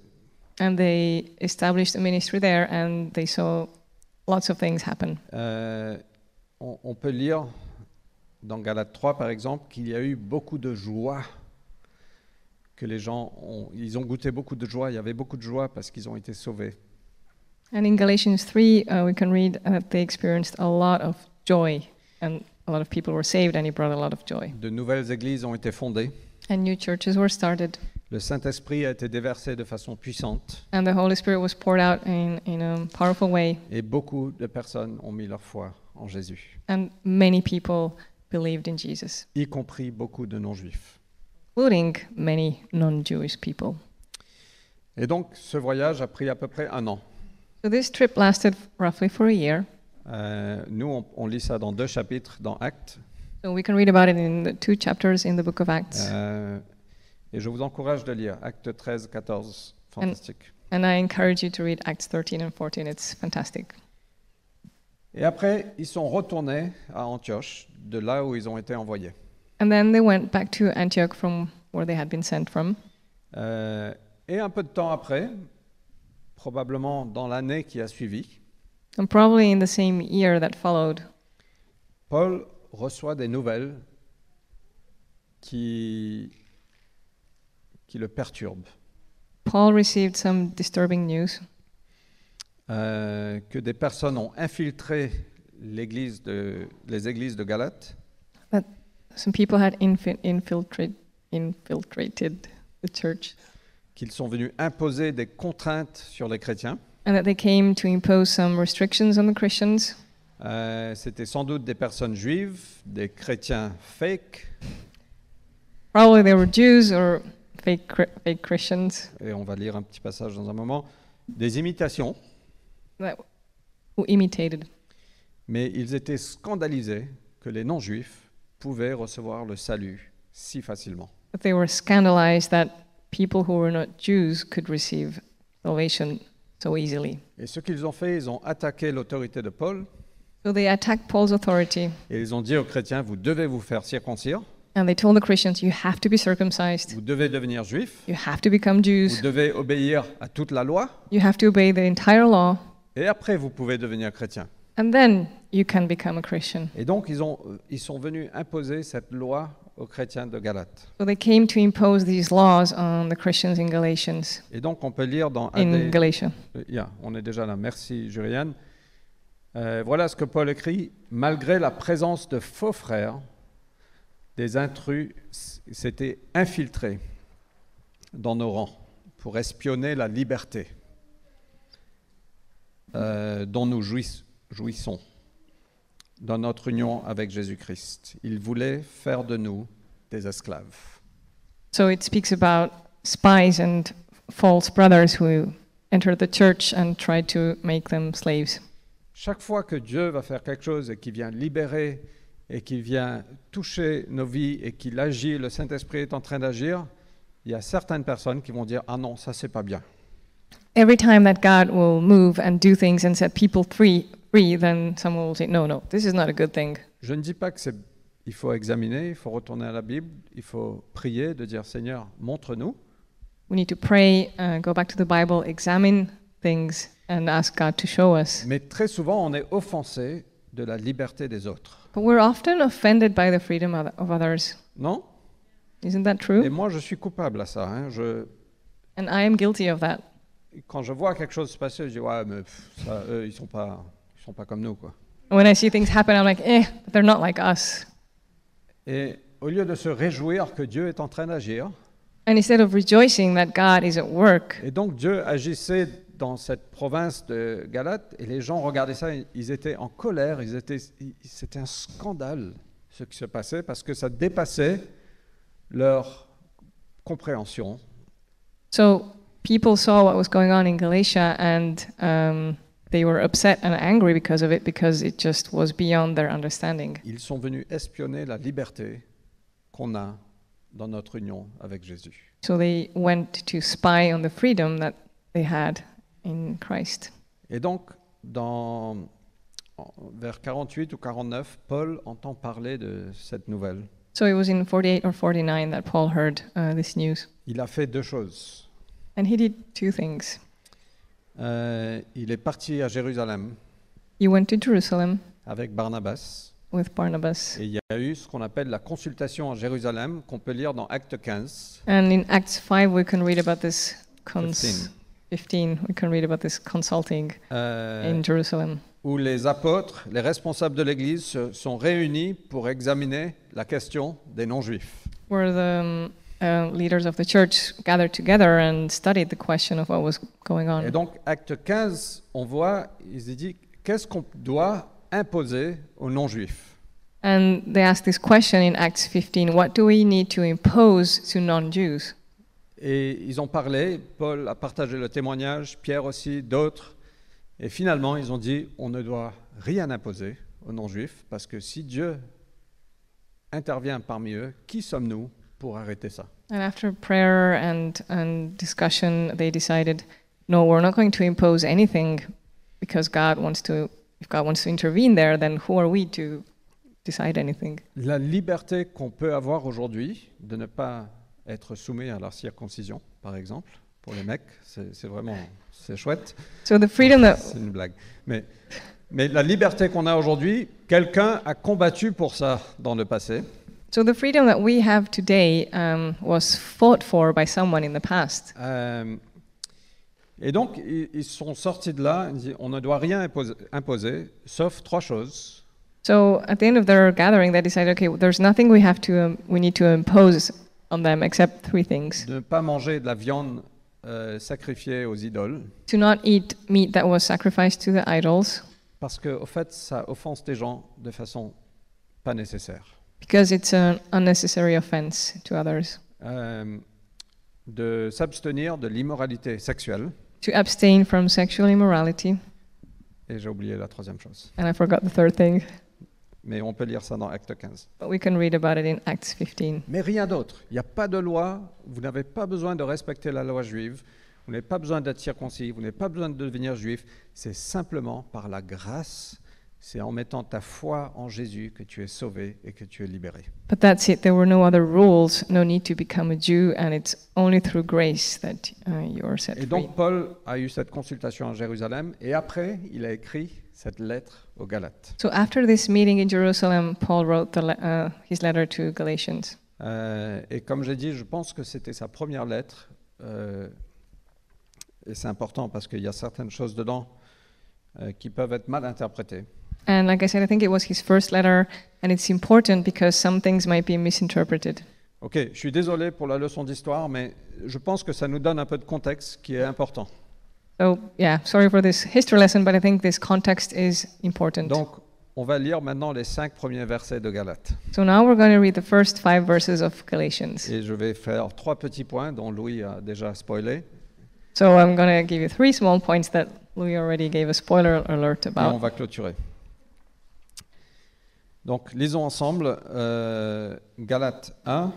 and they established a ministry there, and they saw lots of things happen. Euh, on, on peut lire dans Galates 3, par exemple, qu'il y a eu beaucoup de joie, que les gens ont, ils ont goûté beaucoup de joie, il y avait beaucoup de joie parce qu'ils ont été sauvés. And in Galatians three, uh, we can read that they experienced a lot of joy, and a lot of people were saved, and it brought a lot of joy. De nouvelles églises ont été fondées, And new churches were started, le Saint-Esprit a été déversé de façon puissante and the Holy Spirit was poured out in in a powerful way, et beaucoup de personnes ont mis leur foi en Jésus, and many people believed in Jesus, y compris beaucoup de non-juifs. including many non-Jewish people. Et donc ce voyage a pris à peu près un an. So this trip lasted roughly for a year. Euh, nous, on, on lit ça dans deux chapitres, dans Actes. So we can read about it in the two chapters in the book of Acts. Euh, et je vous encourage de lire Actes 13, 14. Fantastique. And I encourage you to read Acts 13 and 14. It's fantastic. Et après, ils sont retournés à Antioche, de là où ils ont été envoyés. And then they went back to Antioch from where they had been sent from. Euh, et un peu de temps après, probablement dans l'année qui a suivi, And probably in the same year that followed, Paul reçoit des nouvelles qui, qui le perturbent. Paul received some disturbing news Euh, que des personnes ont infiltré l'église de, les églises de Galate some people had infi- infiltrate, infiltrated the church qu'ils sont venus imposer des contraintes sur les chrétiens. and that they came to impose some restrictions on the Christians. Euh, C'était sans doute des personnes juives, des chrétiens fake, Probably they were Jews or fake, cri- fake Christians et on va lire un petit passage dans un moment, des imitations, that, who imitated mais ils étaient scandalisés que les non-juifs pouvaient recevoir le salut si facilement. But they were scandalized that people who were not Jews could receive salvation so easily. Et ce qu'ils ont fait, ils ont attaqué l'autorité de Paul So they attacked Paul's authority et ils ont dit aux chrétiens, vous devez vous faire circoncire, and they told the Christians, You have to be circumcised, vous devez devenir juif, you have to become Jews, vous devez obéir à toute la loi, you have to obey the entire law, et après vous pouvez devenir chrétien. and then you can become a Christian. Et donc ils, ont, euh, ils sont venus imposer cette loi aux chrétiens de Galate. So they came to impose these laws on the Christians in Galatians. Et donc, on peut lire dans In AD Galatia. Euh, yeah, on est déjà là. Merci, Juriane. Euh, voilà ce que Paul écrit. Malgré la présence de faux frères, des intrus s- s'étaient infiltrés dans nos rangs pour espionner la liberté euh, dont nous jouiss- jouissons dans notre union avec Jésus-Christ. Ils voulaient faire de nous des esclaves. So it speaks about spies and false brothers who entered the church and tried to make them slaves. Chaque fois que Dieu va faire quelque chose et qu'il vient libérer et qu'il vient toucher nos vies et qu'il agit, le Saint-Esprit est en train d'agir, il y a certaines personnes qui vont dire Ah non, ça c'est pas bien. every time that God will move and do things and set people free, free, then someone will say, no, no, this is not a good thing. Je ne dis pas que c'est. Il faut examiner, il faut retourner à la Bible, il faut prier, de dire Seigneur, montre-nous. We need to pray, uh, go back to the Bible, examine things, and ask God to show us. Mais très souvent, on est offensé de la liberté des autres. But we're often offended by the freedom of, of others. Non Isn't that Et true? moi, je suis coupable à ça. hein. Je, And I am guilty of that. quand je vois quelque chose se passer, je dis Ouais, mais pff, ça, eux, ils sont pas, ils sont pas comme nous, quoi. And when I see things happen, I'm like, eh, but they're not like us. Et au lieu de se réjouir que Dieu est en train d'agir, And instead of rejoicing that God is at work, et donc Dieu agissait dans cette province de Galate, et les gens regardaient ça, et ils étaient en colère, ils étaient, ils- c'était un scandale ce qui se passait, parce que ça dépassait leur compréhension. So people saw what was going on in Galatia and um, they were upset and angry because of it, because it just was beyond their understanding. Ils sont venus espionner la liberté qu'on a dans notre union avec Jésus. So they went to spy on the freedom that they had in Christ. Et donc, dans, en- vers 48 ou 49, Paul entend parler de cette nouvelle. So it was in 48 or 49 that Paul heard uh, this news. Il a fait deux choses. And he did two things. Euh, il est parti à Jérusalem He went to Jerusalem avec Barnabas with Barnabas. et il y a eu ce qu'on appelle la consultation à Jérusalem qu'on peut lire dans Acte 15. And in Acts 5, we can read about this. Cons- 15, 15, we can read about this consulting euh, in Jerusalem. où les apôtres, les responsables de l'Église se sont réunis pour examiner la question des non-juifs. where the um, uh, leaders of the church gathered together and studied the question of what was going Et on. donc, Acte 15, on voit, il se dit, qu'est-ce qu'on doit imposer aux non-juifs And they asked this question in Acts 15 What do we need to impose to non Jews? Et ils ont parlé, Paul a partagé le témoignage, Pierre aussi, d'autres. Et finalement, ils ont dit, on ne doit rien imposer aux non-juifs, parce que si Dieu intervient parmi eux, qui sommes-nous pour arrêter ça And after prayer and, and discussion, they decided no, we're not going to impose anything because God wants to, if God wants to intervene there, then who are we to decide anything? La liberté qu'on peut avoir aujourd'hui de ne pas être soumis à la circoncision, par exemple, pour les mecs, c'est c'est vraiment, c'est chouette. So the freedom that C'est une blague. Mais, mais la liberté qu'on a aujourd'hui, quelqu'un a combattu pour ça dans le passé. so the freedom that we have today um, was fought for by someone in the past. Euh, et donc, ils, ils sont sortis de là. ils disent, on ne doit rien imposer, imposer, sauf trois choses. So at the end of their gathering, they decided, okay, there's nothing we have to um, we need to impose on them except three things: Ne pas manger de la viande euh, sacrifiée aux idoles, to not eat meat that was sacrificed to the idols, parce que, au fait, ça offense des gens de façon pas nécessaire. because it's an unnecessary offense to others; Euh, de s'abstenir de l'immoralité sexuelle. to abstain from sexual immorality, Et j'ai oublié la troisième chose. and I forgot the third thing, Mais on peut lire ça dans Acte 15. but we can read about it in Acts 15. Mais rien d'autre. Il n'y a pas de loi. Vous n'avez pas besoin de respecter la loi juive. Vous n'avez pas besoin d'être circoncis. Vous n'avez pas besoin de devenir juif. C'est simplement par la grâce. C'est en mettant ta foi en Jésus que tu es sauvé et que tu es libéré. But that's it. There were no other rules, no need to become a Jew, and it's only through grace that uh, you are set Et free. donc Paul a eu cette consultation à Jérusalem et après il a écrit cette lettre aux Galates. So after this meeting in Jerusalem, Paul wrote the le- uh, his letter to Galatians. Euh, et comme j'ai dit, je pense que c'était sa première lettre. euh, et c'est important parce qu'il y a certaines choses dedans euh, qui peuvent être mal interprétées. And like I said, I think it was his first letter, and it's important because some things might be misinterpreted. Ok, je suis désolé pour la leçon d'histoire, mais je pense que ça nous donne un peu de contexte qui est important. So, yeah, sorry for this history lesson, but I think this context is important. Donc, on va lire maintenant les cinq premiers versets de Galates. So now we're going to read the first five verses of Galatians. Et je vais faire trois petits points dont Louis a déjà spoilé. So I'm going to give you three small points that Louis already gave a spoiler alert Et on about. va clôturer. Donc, lisons ensemble euh, Galates 1,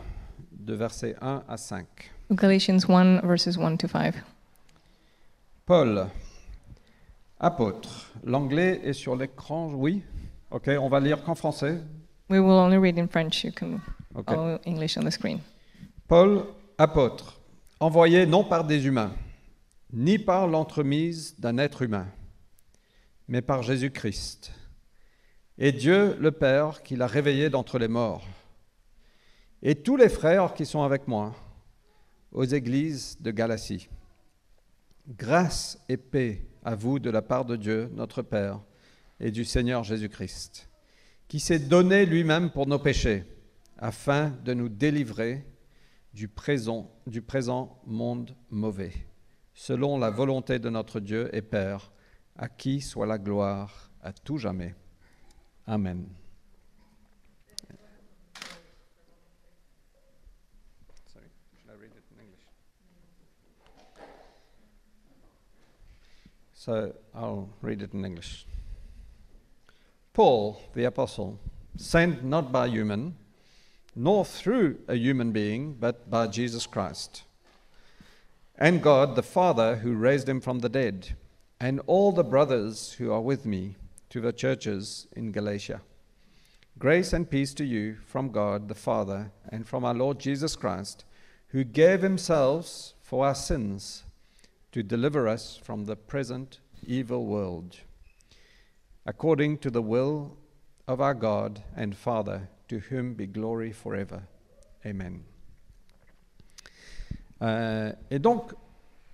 de versets 1 à 5. Galatians 1, verses 1 to 5. Paul, apôtre. L'anglais est sur l'écran, oui. Ok, on va lire qu'en français. We will only read in French. You can Ok. follow English on the screen. Paul, apôtre, envoyé non par des humains, ni par l'entremise d'un être humain, mais par Jésus-Christ, et Dieu le Père qui l'a réveillé d'entre les morts, et tous les frères qui sont avec moi aux églises de Galatie. Grâce et paix à vous de la part de Dieu, notre Père, et du Seigneur Jésus-Christ, qui s'est donné lui-même pour nos péchés, afin de nous délivrer du présent, du présent monde mauvais selon la volonté de notre Dieu et Père, à qui soit la gloire à tout jamais. Amen. So I'll read it in English. Paul, the apostle, sent not by human, nor through a human being, but by Jesus Christ, and God the Father who raised him from the dead, and all the brothers who are with me to the churches in Galatia. Grace and peace to you from God the Father and from our Lord Jesus Christ, who gave himself for our sins to deliver us from the present evil world, according to the will of our God and Father, to whom be glory forever. Amen. Euh, et donc,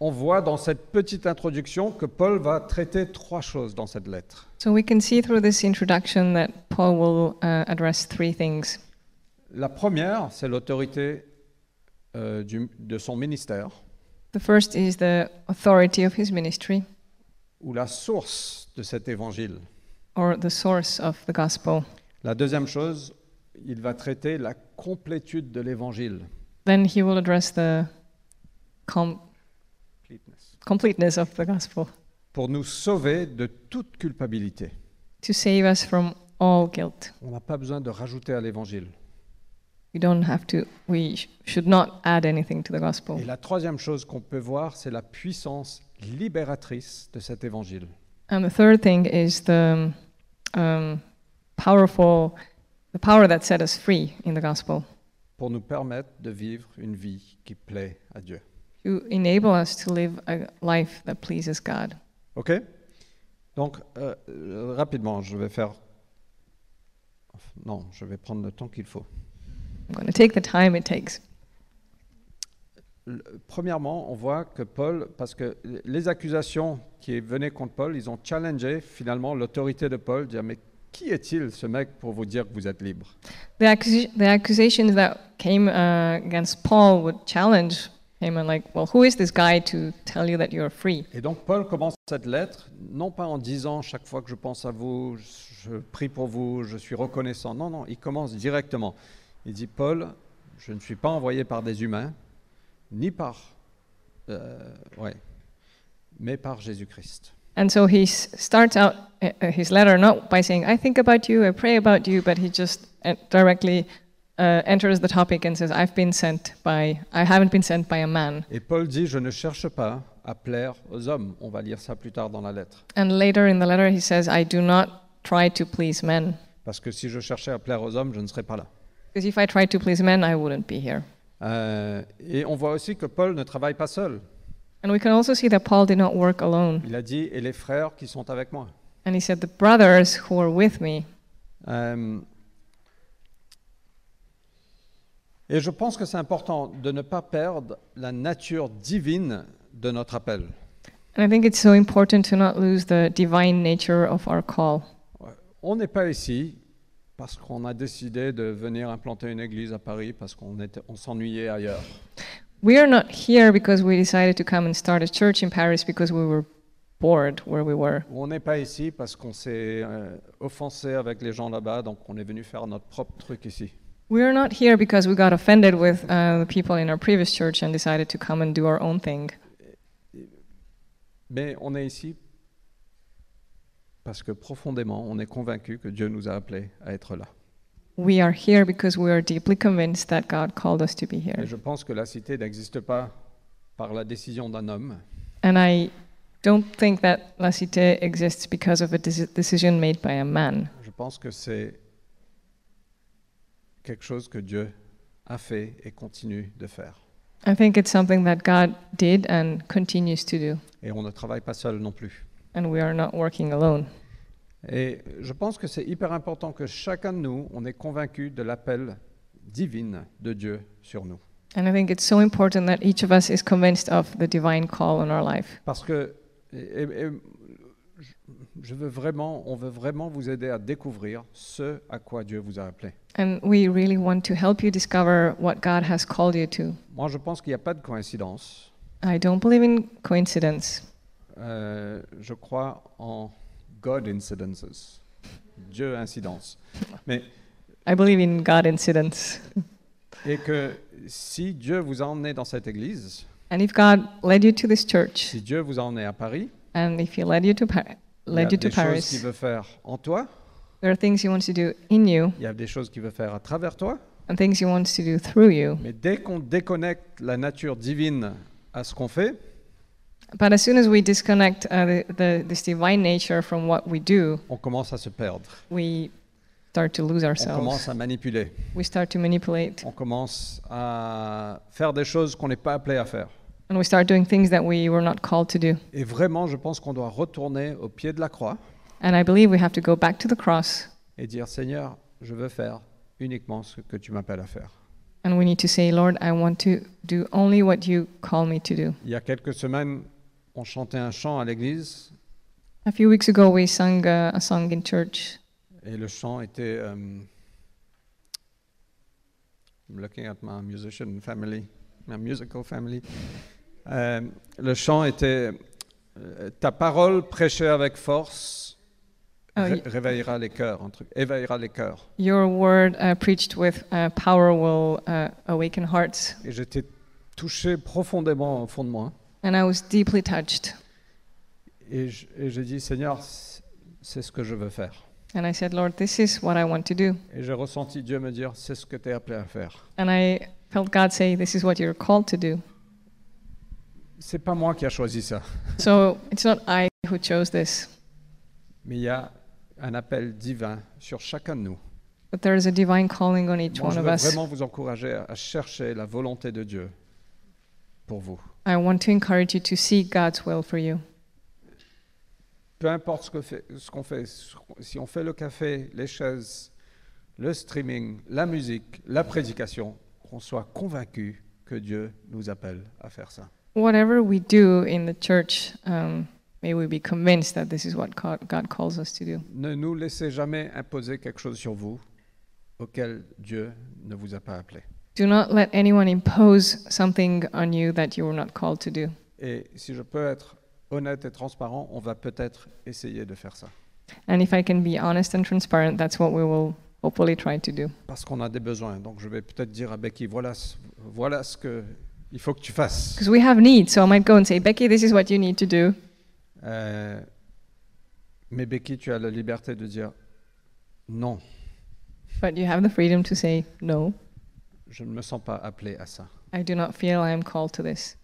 on voit dans cette petite introduction que Paul va traiter trois choses dans cette lettre. So we can see through this introduction that Paul will uh, address three things. La première, c'est l'autorité euh, du- de son ministère, The first is the authority of his ministry, ou la source de cet évangile. or the source of the gospel. La deuxième chose, il va traiter la complétude de l'évangile. Then he will address the com- completeness of the gospel pour nous sauver de toute culpabilité. to save us from all guilt. On n'a pas besoin de rajouter à l'évangile. We don't have to, we sh- should not add anything to the gospel. Et la troisième chose qu'on peut voir, c'est la puissance libératrice de cet évangile. And the third thing is the um, powerful, the power that set us free in the gospel pour nous permettre de vivre une vie qui plaît à Dieu. to enable us to live a life that pleases God. OK Donc, euh, euh, rapidement, je vais faire... Non, je vais prendre le temps qu'il faut. I'm going to take the time it takes. Le- Premièrement, on voit que Paul, parce que les accusations qui venaient contre Paul, ils ont challengé finalement l'autorité de Paul, dire mais qui est-il ce mec pour vous dire que vous êtes libre The, accusi- the accusations that came uh, against Paul would challenge him and like, well, who is this guy to tell you that you're free? Et donc Paul commence cette lettre, non pas en disant chaque fois que je pense à vous, je prie pour vous, je suis reconnaissant. Non, non, il commence directement. Il dit, Paul, je ne suis pas envoyé par des humains, ni par... euh, ouais, mais par Jésus-Christ. And so he s- starts out uh, uh, his letter not by saying, I think about you, I pray about you, but he just uh, directly uh, enters the topic and says, I've been sent by, I haven't been sent by a man. Et Paul dit, je ne cherche pas à plaire aux hommes. On va lire ça plus tard dans la lettre. And later in the letter, he says, I do not try to please men, Parce que si je cherchais à plaire aux hommes, je ne serais pas là. because if I tried to please men, I wouldn't be here. Euh, et on voit aussi que Paul ne travaille pas seul. And we can also see that Paul did not work alone. Il a dit, et les frères qui sont avec moi. And he said, The brothers who are with me. Euh, et je pense que c'est important de ne pas perdre la nature divine de notre appel. And I think it's so important to not lose the divine nature of our call. On n'est pas ici parce qu'on a décidé de venir implanter une église à Paris parce qu'on était- on s'ennuyait ailleurs. We are not here because we decided to come and start a church in Paris because we were bored where we were. Ou On n'est pas ici parce qu'on s'est euh, offensé avec les gens là-bas, donc on est venu faire notre propre truc ici. We are not here because we got offended with uh, the people in our previous church and decided to come and do our own thing. Mais on est ici parce que profondément, on est convaincu que Dieu nous a appelés à être là. We are here because we are deeply convinced that God called us to be Et here. je pense que la cité n'existe pas par la décision d'un homme, And I don't think that La Cité exists because of a deci- decision made by a man. je pense que c'est quelque chose que Dieu a fait et continue de faire. I think it's something that God did and continues to do. Et on ne travaille pas seul non plus. And we are not working alone. Et je pense que c'est hyper important que chacun de nous, on est convaincu de l'appel divine de Dieu sur nous. And I think it's so important that each of us is convinced of the divine call on our life. Parce que et- et- et je- je veux vraiment, on veut vraiment vous aider à découvrir ce à quoi Dieu vous a appelé. And we really want to help you discover what God has called you to. Moi, je pense qu'il n'y a pas de coïncidence. I don't believe in coincidence. Euh, je crois en God incidences, Dieu incidence. Mais, I believe in God incidents. et que si Dieu vous a emmené dans cette église, And if God led you to this church, si Dieu vous a emmené à Paris, and if He led you to Paris, il y a led you to des choses qu'il Paris, veut faire en toi, there are things He wants to do in you il y a des choses qu'il veut faire à travers toi, and things He wants to do through you. mais dès qu'on déconnecte la nature divine à ce qu'on fait, But as soon as we disconnect uh, the, the, this divine nature from what we do, on commence à se perdre, we start to lose on ourselves. commence à manipuler, We start to manipulate, on commence à faire des choses qu'on n'est pas appelé à faire. and we start doing things that we were not called to do. Et vraiment, je pense qu'on doit retourner au pied de la croix And I believe we have to go back to the cross, et dire Seigneur, je veux faire uniquement ce que tu m'appelles à faire. and we need to say, Lord, I want to do only what you call me to do. Il y a quelques semaines, on chantait un chant à l'église A few weeks ago, we sung uh, a song in church et le chant était euh, I'm looking at my musician family, my musical family. Euh, le chant était euh, Ta parole prêchée avec force Ah ré- oui. réveillera les cœurs, un truc, éveillera les cœurs. Your word uh, preached with uh, power will uh, awaken hearts. Et j'étais touché profondément au fond de moi. And I was deeply touched. Et j- et j'ai dit, Seigneur, c- c'est ce que je veux faire. And I said, Lord, this is what I want to do. Et j'ai ressenti Dieu me dire, c'est ce que tu es appelé à faire. And I felt God say, This is what you're called to do. C'est pas moi qui a choisi ça, So it's not I who chose this, mais il y a un appel divin sur chacun de nous. but there is a divine calling on each Moi, one je of veux us. vraiment vous encourager à à chercher la volonté de Dieu pour vous. I want to encourage you to see God's will for you. Peu importe ce que fait- ce qu'on fait, ce qu'on- si on fait le café, les chaises, le streaming, la musique, la prédication, qu'on soit convaincu que Dieu nous appelle à faire ça. Whatever we do in the church, um, may we be convinced that this is what God God calls us to do. Ne nous laissez jamais imposer quelque chose sur vous auquel Dieu ne vous a pas appelé. Do not let anyone impose something on you that you were not called to do. Et si je peux être honnête et transparent, on va peut-être essayer de faire ça. And if I can be honest and transparent, that's what we will hopefully try to do. Parce qu'on a des besoins. Donc je vais peut-être dire à Becky, voilà, ce- voilà ce que il faut que tu fasses. Because we have needs, so I might go and say, Becky, this is what you need to do. Euh, mais Becky, tu as la liberté de dire, non, But you have the freedom to say, no, je ne me sens pas appelé à ça. I do not feel I am called to this.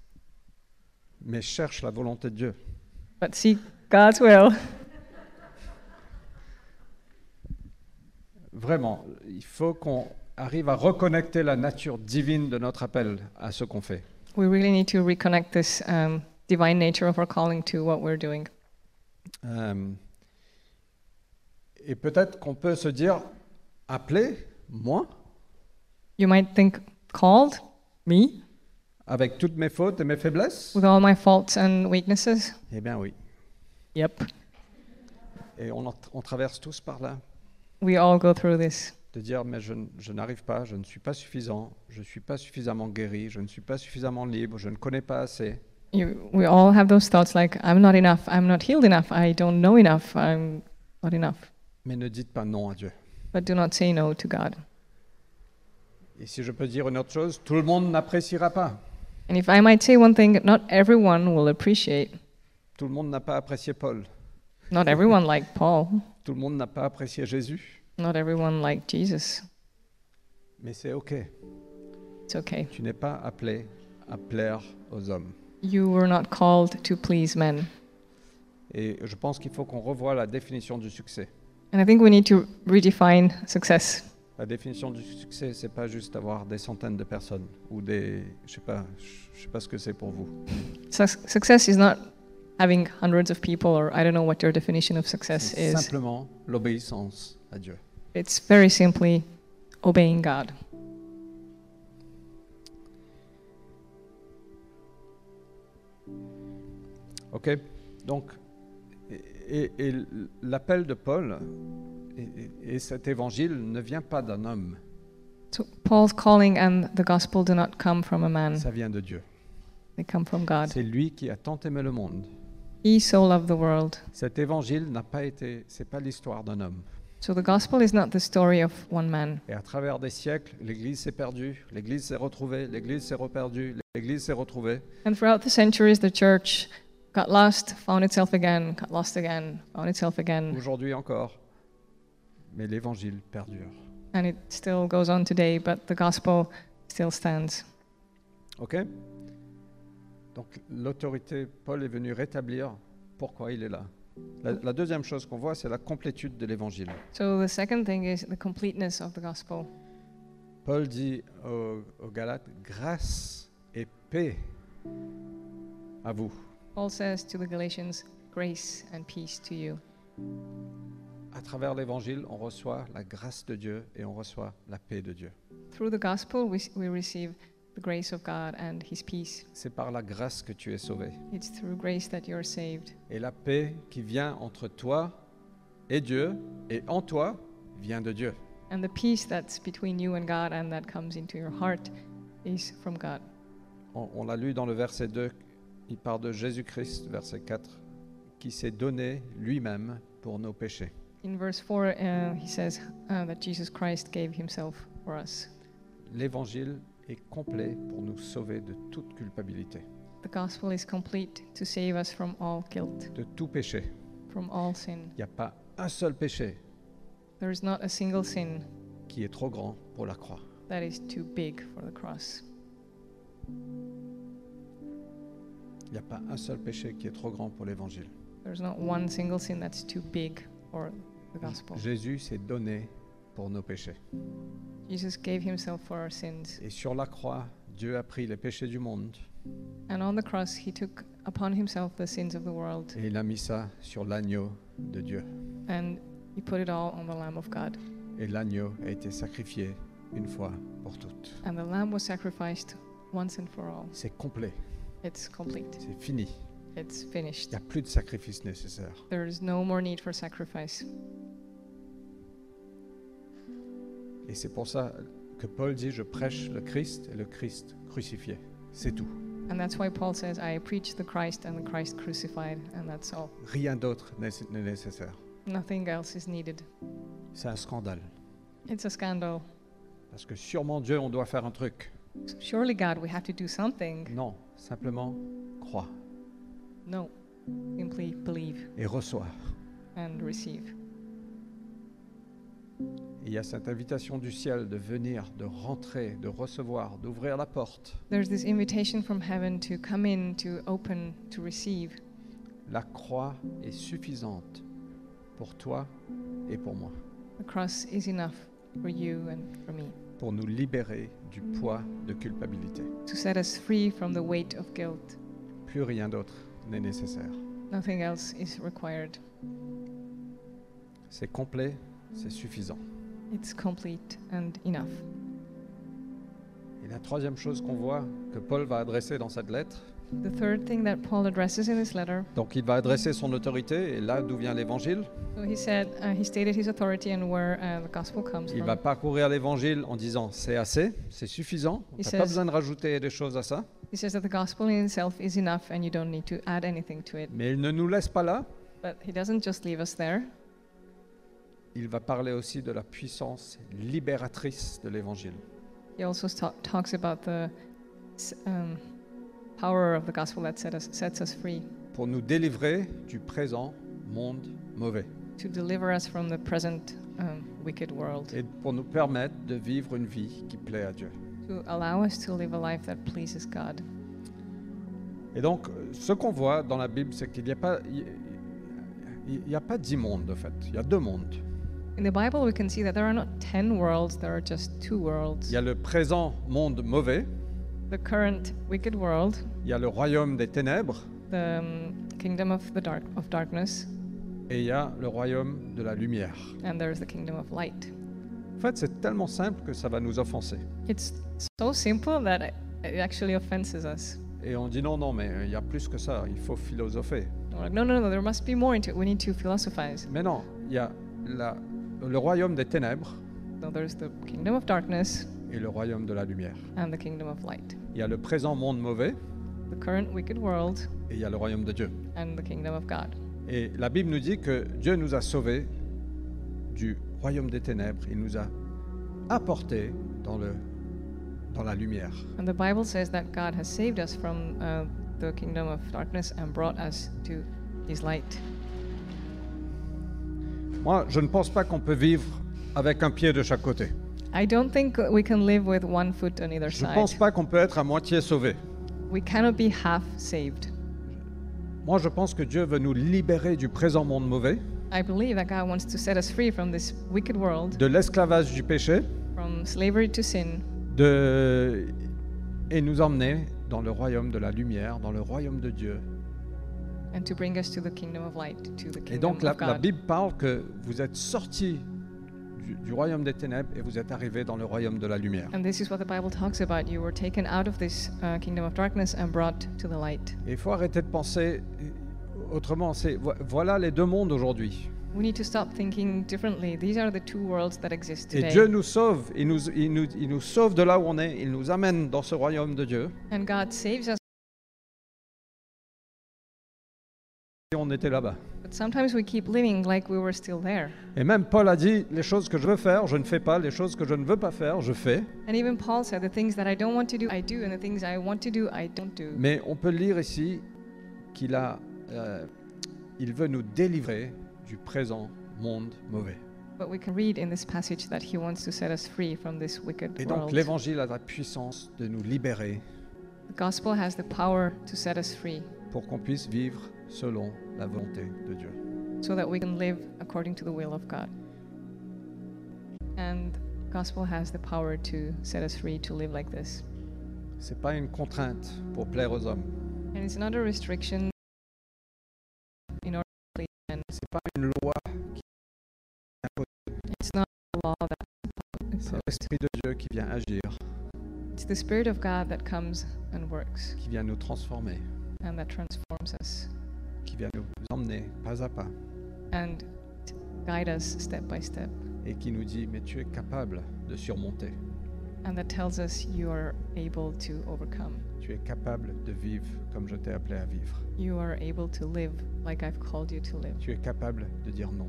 Mais cherche la volonté de Dieu. But seek God's will. Vraiment, il faut qu'on arrive à reconnecter la nature divine de notre appel à ce qu'on fait. We really need to reconnect this um, divine nature of our calling to what we're doing. Euh, et peut-être qu'on peut se dire, appelé, moi, You might think, called? Me? avec toutes mes fautes et mes faiblesses With all my faults and weaknesses? Eh bien oui. Yep. Et on, en- on traverse tous par là, We all go through this. de dire, mais je, n- je n'arrive pas, je ne suis pas suffisant, je ne suis pas suffisamment guéri, je ne suis pas suffisamment libre, je ne connais pas assez. You, we all have those thoughts like, I'm not enough, I'm not healed enough, I don't know enough, I'm not enough. Mais ne dites pas non à Dieu. But do not say no to God. Et si je peux dire une autre chose, tout le monde n'appréciera pas. And if I might say one thing, not everyone will appreciate. Tout le monde n'a pas apprécié Paul. Not everyone liked Paul. Tout le monde n'a pas apprécié Jésus. Not everyone liked Jesus. Mais c'est OK. It's okay. Tu n'es pas appelé à plaire aux hommes. You were not called to please men. Et je pense qu'il faut qu'on revoie la définition du succès. And I think we need to redefine success. La définition du succès, c'est pas juste avoir des centaines de personnes ou des, je sais pas, je sais pas ce que c'est pour vous. Su- success is not having hundreds of people, or I don't know what your definition of success C'est is. simplement l'obéissance à Dieu. It's very simply obeying God. Ok. Donc, et, et- et l'appel de Paul et- et, et cet évangile ne vient pas d'un homme, Mm. So Paul's calling and the gospel do not come from a man, ça vient de Dieu. They come from God. C'est lui qui a tant aimé le monde. He so loved the world. Cet évangile n'a pas été, c'est pas l'histoire d'un homme. So the gospel is not the story of one man. Et à travers des siècles, l'Église s'est perdue, l'Église s'est retrouvée, l'Église s'est reperdue, l'Église s'est retrouvée. And throughout the centuries, the church got lost, found itself again, got lost again, found itself again, Aujourd'hui encore. Mais l'Évangile perdure. and it still goes on today, but the gospel still stands. Ok Donc l'autorité, Paul est venu rétablir pourquoi il est là. La, la deuxième chose qu'on voit, c'est la complétude de l'Évangile. So the second thing is the completeness of the gospel. Paul dit aux, aux Galates, grâce et paix à vous. Paul says to the Galatians, Grace and peace to you. À travers l'Évangile, on reçoit la grâce de Dieu et on reçoit la paix de Dieu. Through the gospel, we, we receive the grace of God and his peace. C'est par la grâce que tu es sauvé. It's through grace that you're saved. Et la paix qui vient entre toi et Dieu et en toi vient de Dieu. And the peace that's between you and God and that comes into your heart is from God. On, on l'a lu dans le verset 2, il parle de Jésus-Christ, verset 4, qui s'est donné lui-même pour nos péchés. In verse 4, uh, he says uh, that Jesus Christ gave himself for us. L'évangile est complet pour nous sauver de toute culpabilité, The gospel is complete to save us from all guilt, de tout péché. from all sin. Il n'y a pas un seul péché There is not a single sin qui est trop grand pour la croix. that is too big for the cross. Il n'y a pas un seul péché qui est trop grand pour l'évangile. There's not one single sin that's too big for the gospel. Jésus s'est donné pour nos péchés. Jesus gave himself for our sins. Et sur la croix, Dieu a pris les péchés du monde And on the cross, he took upon himself the sins of the world et il a mis ça sur l'agneau de Dieu. and he put it all on the Lamb of God. Et l'agneau a été sacrifié une fois pour toutes. And the Lamb was sacrificed once and for all. C'est complet, It's complete, c'est fini. it's finished. Il n'y a plus de sacrifice nécessaire. There is no more need for sacrifice. Et c'est pour ça que Paul dit, je prêche le Christ et le Christ crucifié. C'est tout. And that's why Paul says, I preach the Christ and the Christ crucified, and that's all. Rien d'autre n'est n'est nécessaire. Nothing else is needed. C'est un scandale. It's a scandal. Parce que sûrement Dieu, on doit faire un truc. Surely, God, we have to do something. Non, simplement crois No, simply believe et reçois. and receive. Et Il y a cette invitation du ciel de venir, de rentrer, de recevoir, d'ouvrir la porte. There's this invitation from heaven to come in, to open, to receive. La croix est suffisante pour toi et pour moi, The cross is enough for you and for me pour nous libérer du poids de culpabilité. to set us free from the weight of guilt. Plus rien d'autre n'est nécessaire. Nothing else is required. C'est complet, c'est suffisant. It's complete and enough. Et la troisième chose qu'on voit que Paul va adresser dans cette lettre, The third thing that Paul addresses in this letter, donc il va adresser son autorité, et là d'où vient l'évangile, so he said uh, he stated his authority and where uh, the gospel comes il from. va parcourir l'évangile en disant c'est assez, c'est suffisant, Il t'as sait- pas besoin de rajouter des choses à ça, He says that the gospel in itself is enough and you don't need to add anything to it. mais il ne nous laisse pas là, But he doesn't just leave us there. il va parler aussi de la puissance libératrice de l'évangile. He also sta- talks about the s- um, power of the gospel that set us, sets us free pour nous délivrer du présent monde mauvais to deliver us from the present um, wicked world, et pour nous permettre de vivre une vie qui plaît à Dieu. to allow us to live a life that pleases God. Et donc, euh, ce qu'on voit dans la Bible, c'est qu'il n'y a pas, il il n'y a pas dix mondes en fait. Il y a deux mondes. In the Bible, we can see that there are not 10 worlds, there are just two Il worlds. y a le présent monde mauvais, The current wicked world, il y a le royaume des ténèbres the um, kingdom of the dark of darkness, et il y a le royaume de la lumière. and there's the kingdom of light. En fait, c'est tellement simple que ça va nous offenser. It's so simple that it, it actually offenses us. Et on dit non, non, mais euh, il y a plus que ça. Il faut philosopher. We're like, no, no, no, there must be more into it. We need to philosophize. Mais non, il y a la- le royaume des ténèbres So there's the kingdom of darkness et le royaume de la lumière. and the kingdom of light. Il y a le présent monde mauvais, the current wicked world et il y a le royaume de Dieu. and the kingdom of God. Et la Bible nous dit que Dieu nous a sauvés du royaume des ténèbres, il nous a apportés dans, le, dans la lumière. And the Bible says that God has saved us from uh, the kingdom of darkness and brought us to His light. Moi, je ne pense pas qu'on peut vivre avec un pied de chaque côté. I don't think we can live with one foot on either Je ne side. pense pas qu'on peut être à moitié sauvé. We cannot be half saved. Moi, je pense que Dieu veut nous libérer du présent monde mauvais, I believe that God wants to set us free from this wicked world, de l'esclavage du péché, from slavery to sin, de... et nous emmener dans le royaume de la lumière, dans le royaume de Dieu. and to bring us to the kingdom of light, to the Et kingdom donc, la, of la God. Bible parle que vous êtes sortis du, du royaume des ténèbres et vous êtes arrivés dans le royaume de la lumière. And this is what the Bible talks about. You were taken out of this uh, kingdom of darkness and brought to the light. Et il faut arrêter de penser euh, autrement. C'est vo- voilà les deux mondes aujourd'hui. We need to stop thinking differently. These are the two worlds that exist Et today. Dieu nous sauve, il nous, il, nous, il nous sauve de là où on est, il nous amène dans ce royaume de Dieu. And God saves us, Et on était là-bas. but sometimes we keep living like we were still there. Et même Paul a dit, les choses que je veux faire, je ne fais pas, les choses que je ne veux pas faire, je fais. And even Paul said, The things that I don't want to do, I do, and the things I want to do, I don't do. Mais on peut lire ici qu'il a, euh, il veut nous délivrer du présent monde mauvais. But we can read in this passage that he wants to set us free from this wicked Et donc world. l'évangile a la puissance de nous libérer the gospel has the power to set us free pour qu'on puisse vivre selon la volonté de Dieu. so that we can live according to the will of God. And gospel has the power to set us free to live like this. C'est pas une contrainte pour plaire aux hommes. And it's not a restriction in order to please men. C'est pas une loi. It's not a law that's C'est imposed. l'esprit de Dieu qui vient agir, It's the Spirit of God that comes and works qui vient nous transformer, and that transforms us qui vient nous emmener pas à pas and guide us step by step et qui nous dit mais tu es capable de surmonter. and that tells us you are able to overcome. Tu es capable de vivre comme je t'ai appelé à vivre. You are able to live like I've called you to live. Tu es capable de dire non.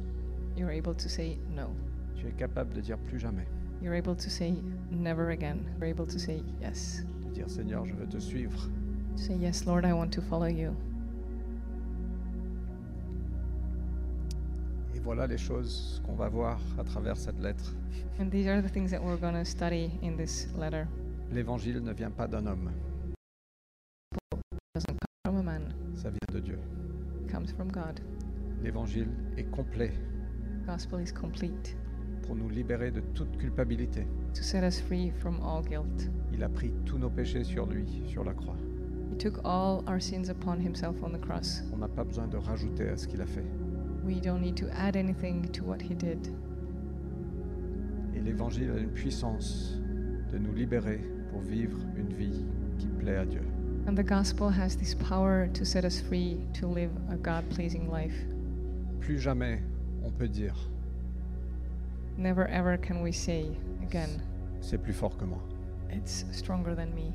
You're able to say no. Tu es capable de dire plus jamais. You're able to say never again. You're able to say yes. De dire Seigneur, je veux te suivre. To say yes, Lord, I want to follow you. Et voilà les choses qu'on va voir à travers cette lettre. And these are the things that we're going to study in this letter. L'évangile ne vient pas d'un homme, It doesn't come from a man, ça vient de Dieu. it comes from God. L'évangile est complet gospel is complete pour nous libérer de toute culpabilité. to set us free from all guilt. Il a pris tous nos péchés sur lui, sur la croix. He took all our sins upon himself on the cross. On n'a pas besoin de rajouter à ce qu'il a fait. We don't need to add anything to what he did. Et l'évangile a une puissance de nous libérer pour vivre une vie qui plaît à Dieu. And the gospel has this power to set us free to live a God pleasing life. Plus jamais on peut dire Never ever can we say again, c'est plus fort que moi. it's stronger than me.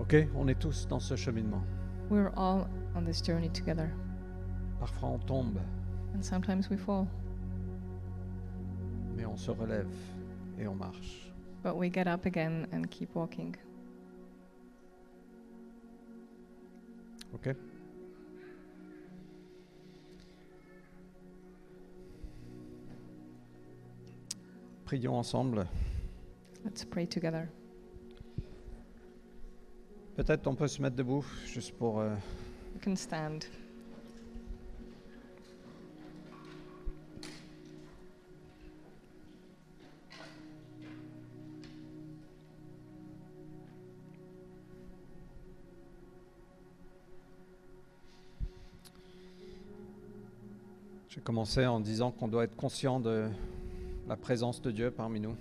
OK, on est tous dans ce cheminement. We're all on this journey together, Parfois on tombe, and sometimes we fall, mais on se relève et on marche. but we get up again and keep walking. OK Prions ensemble. Let's pray together. Peut-être on peut se mettre debout juste pour euh, We can stand. J'ai commencé en disant qu'on doit être conscient de la présence de Dieu parmi nous.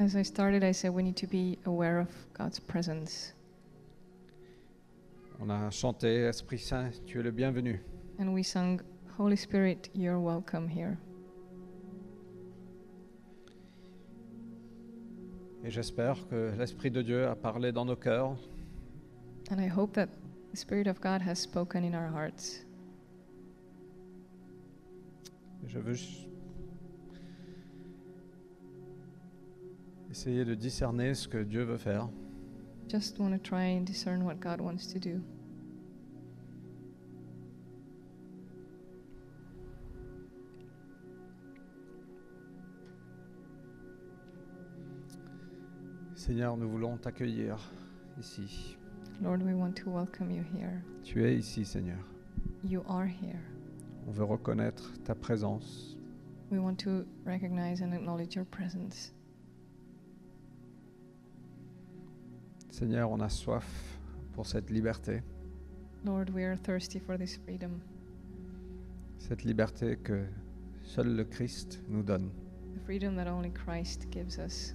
As I started, I said we need to be aware of God's presence. On a chanté Esprit Saint, tu es le bienvenu. And we sung, Holy Spirit, you're welcome here. Et j'espère que l'Esprit de Dieu a parlé dans nos cœurs And I hope that the Spirit of God has spoken in our hearts. Je veux ju- essayer de discerner ce que Dieu veut faire. Just want to try and discern what God wants to do. Seigneur, nous voulons t'accueillir ici. Lord, we want to welcome you here. Tu es ici, Seigneur. You are here. On veut reconnaître ta présence. We want to recognize and acknowledge your presence. Seigneur, on a soif pour cette liberté, Lord, we are thirsty for this freedom, cette liberté que seul le Christ nous donne. the freedom that only Christ gives us.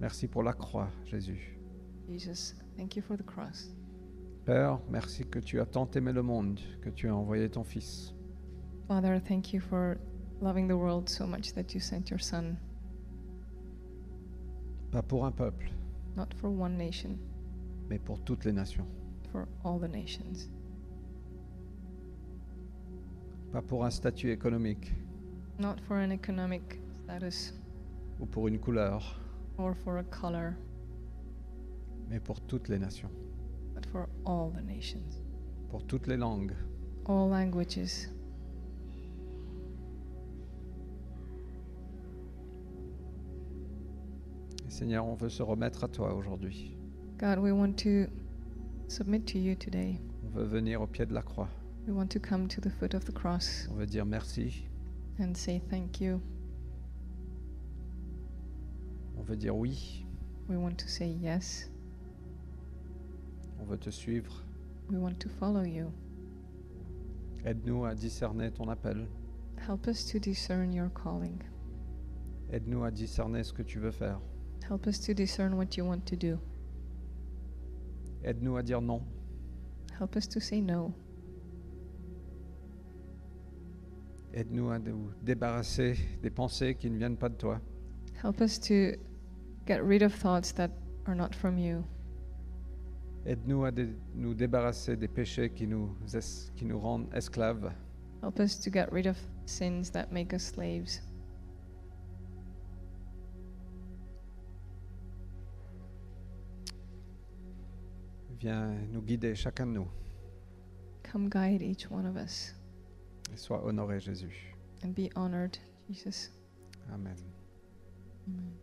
Merci pour la croix, Jésus. Jesus, thank you for the cross. Père, merci que tu as tant aimé le monde, que tu as envoyé ton Fils. Father, thank you for loving the world so much that you sent your Son, Pas pour un peuple, not for one nation, mais pour toutes les nations. for all the nations. Pas pour un statut économique Not for an economic status ou pour une couleur, or for a color, mais pour toutes les nations, but for all the nations, pour toutes les langues. all languages. Et Seigneur, on veut se remettre à toi aujourd'hui. God, we want to submit to you today. On veut venir au pied de la croix. We want to come to the foot of the cross On veut dire merci. and say thank you. On veut dire oui. We want to say yes. On veut te suivre. We want to follow you. Aide-nous à discerner ton appel. Help us to discern your calling. Aide-nous à discerner ce que tu veux faire. Help us to discern what you want to do. Aide-nous à dire non. Help us to say no. Aide-nous à nous débarrasser des pensées qui ne viennent pas de toi. Help us to get rid of thoughts that are not from you. Aide-nous à dé- nous débarrasser des péchés qui nous, es- qui nous rendent esclaves. Help us to get rid of sins that make us slaves. Viens nous guider chacun de nous. Come guide each one of us Et sois honoré, Jésus. and be honored, Jesus. Amen. Amen.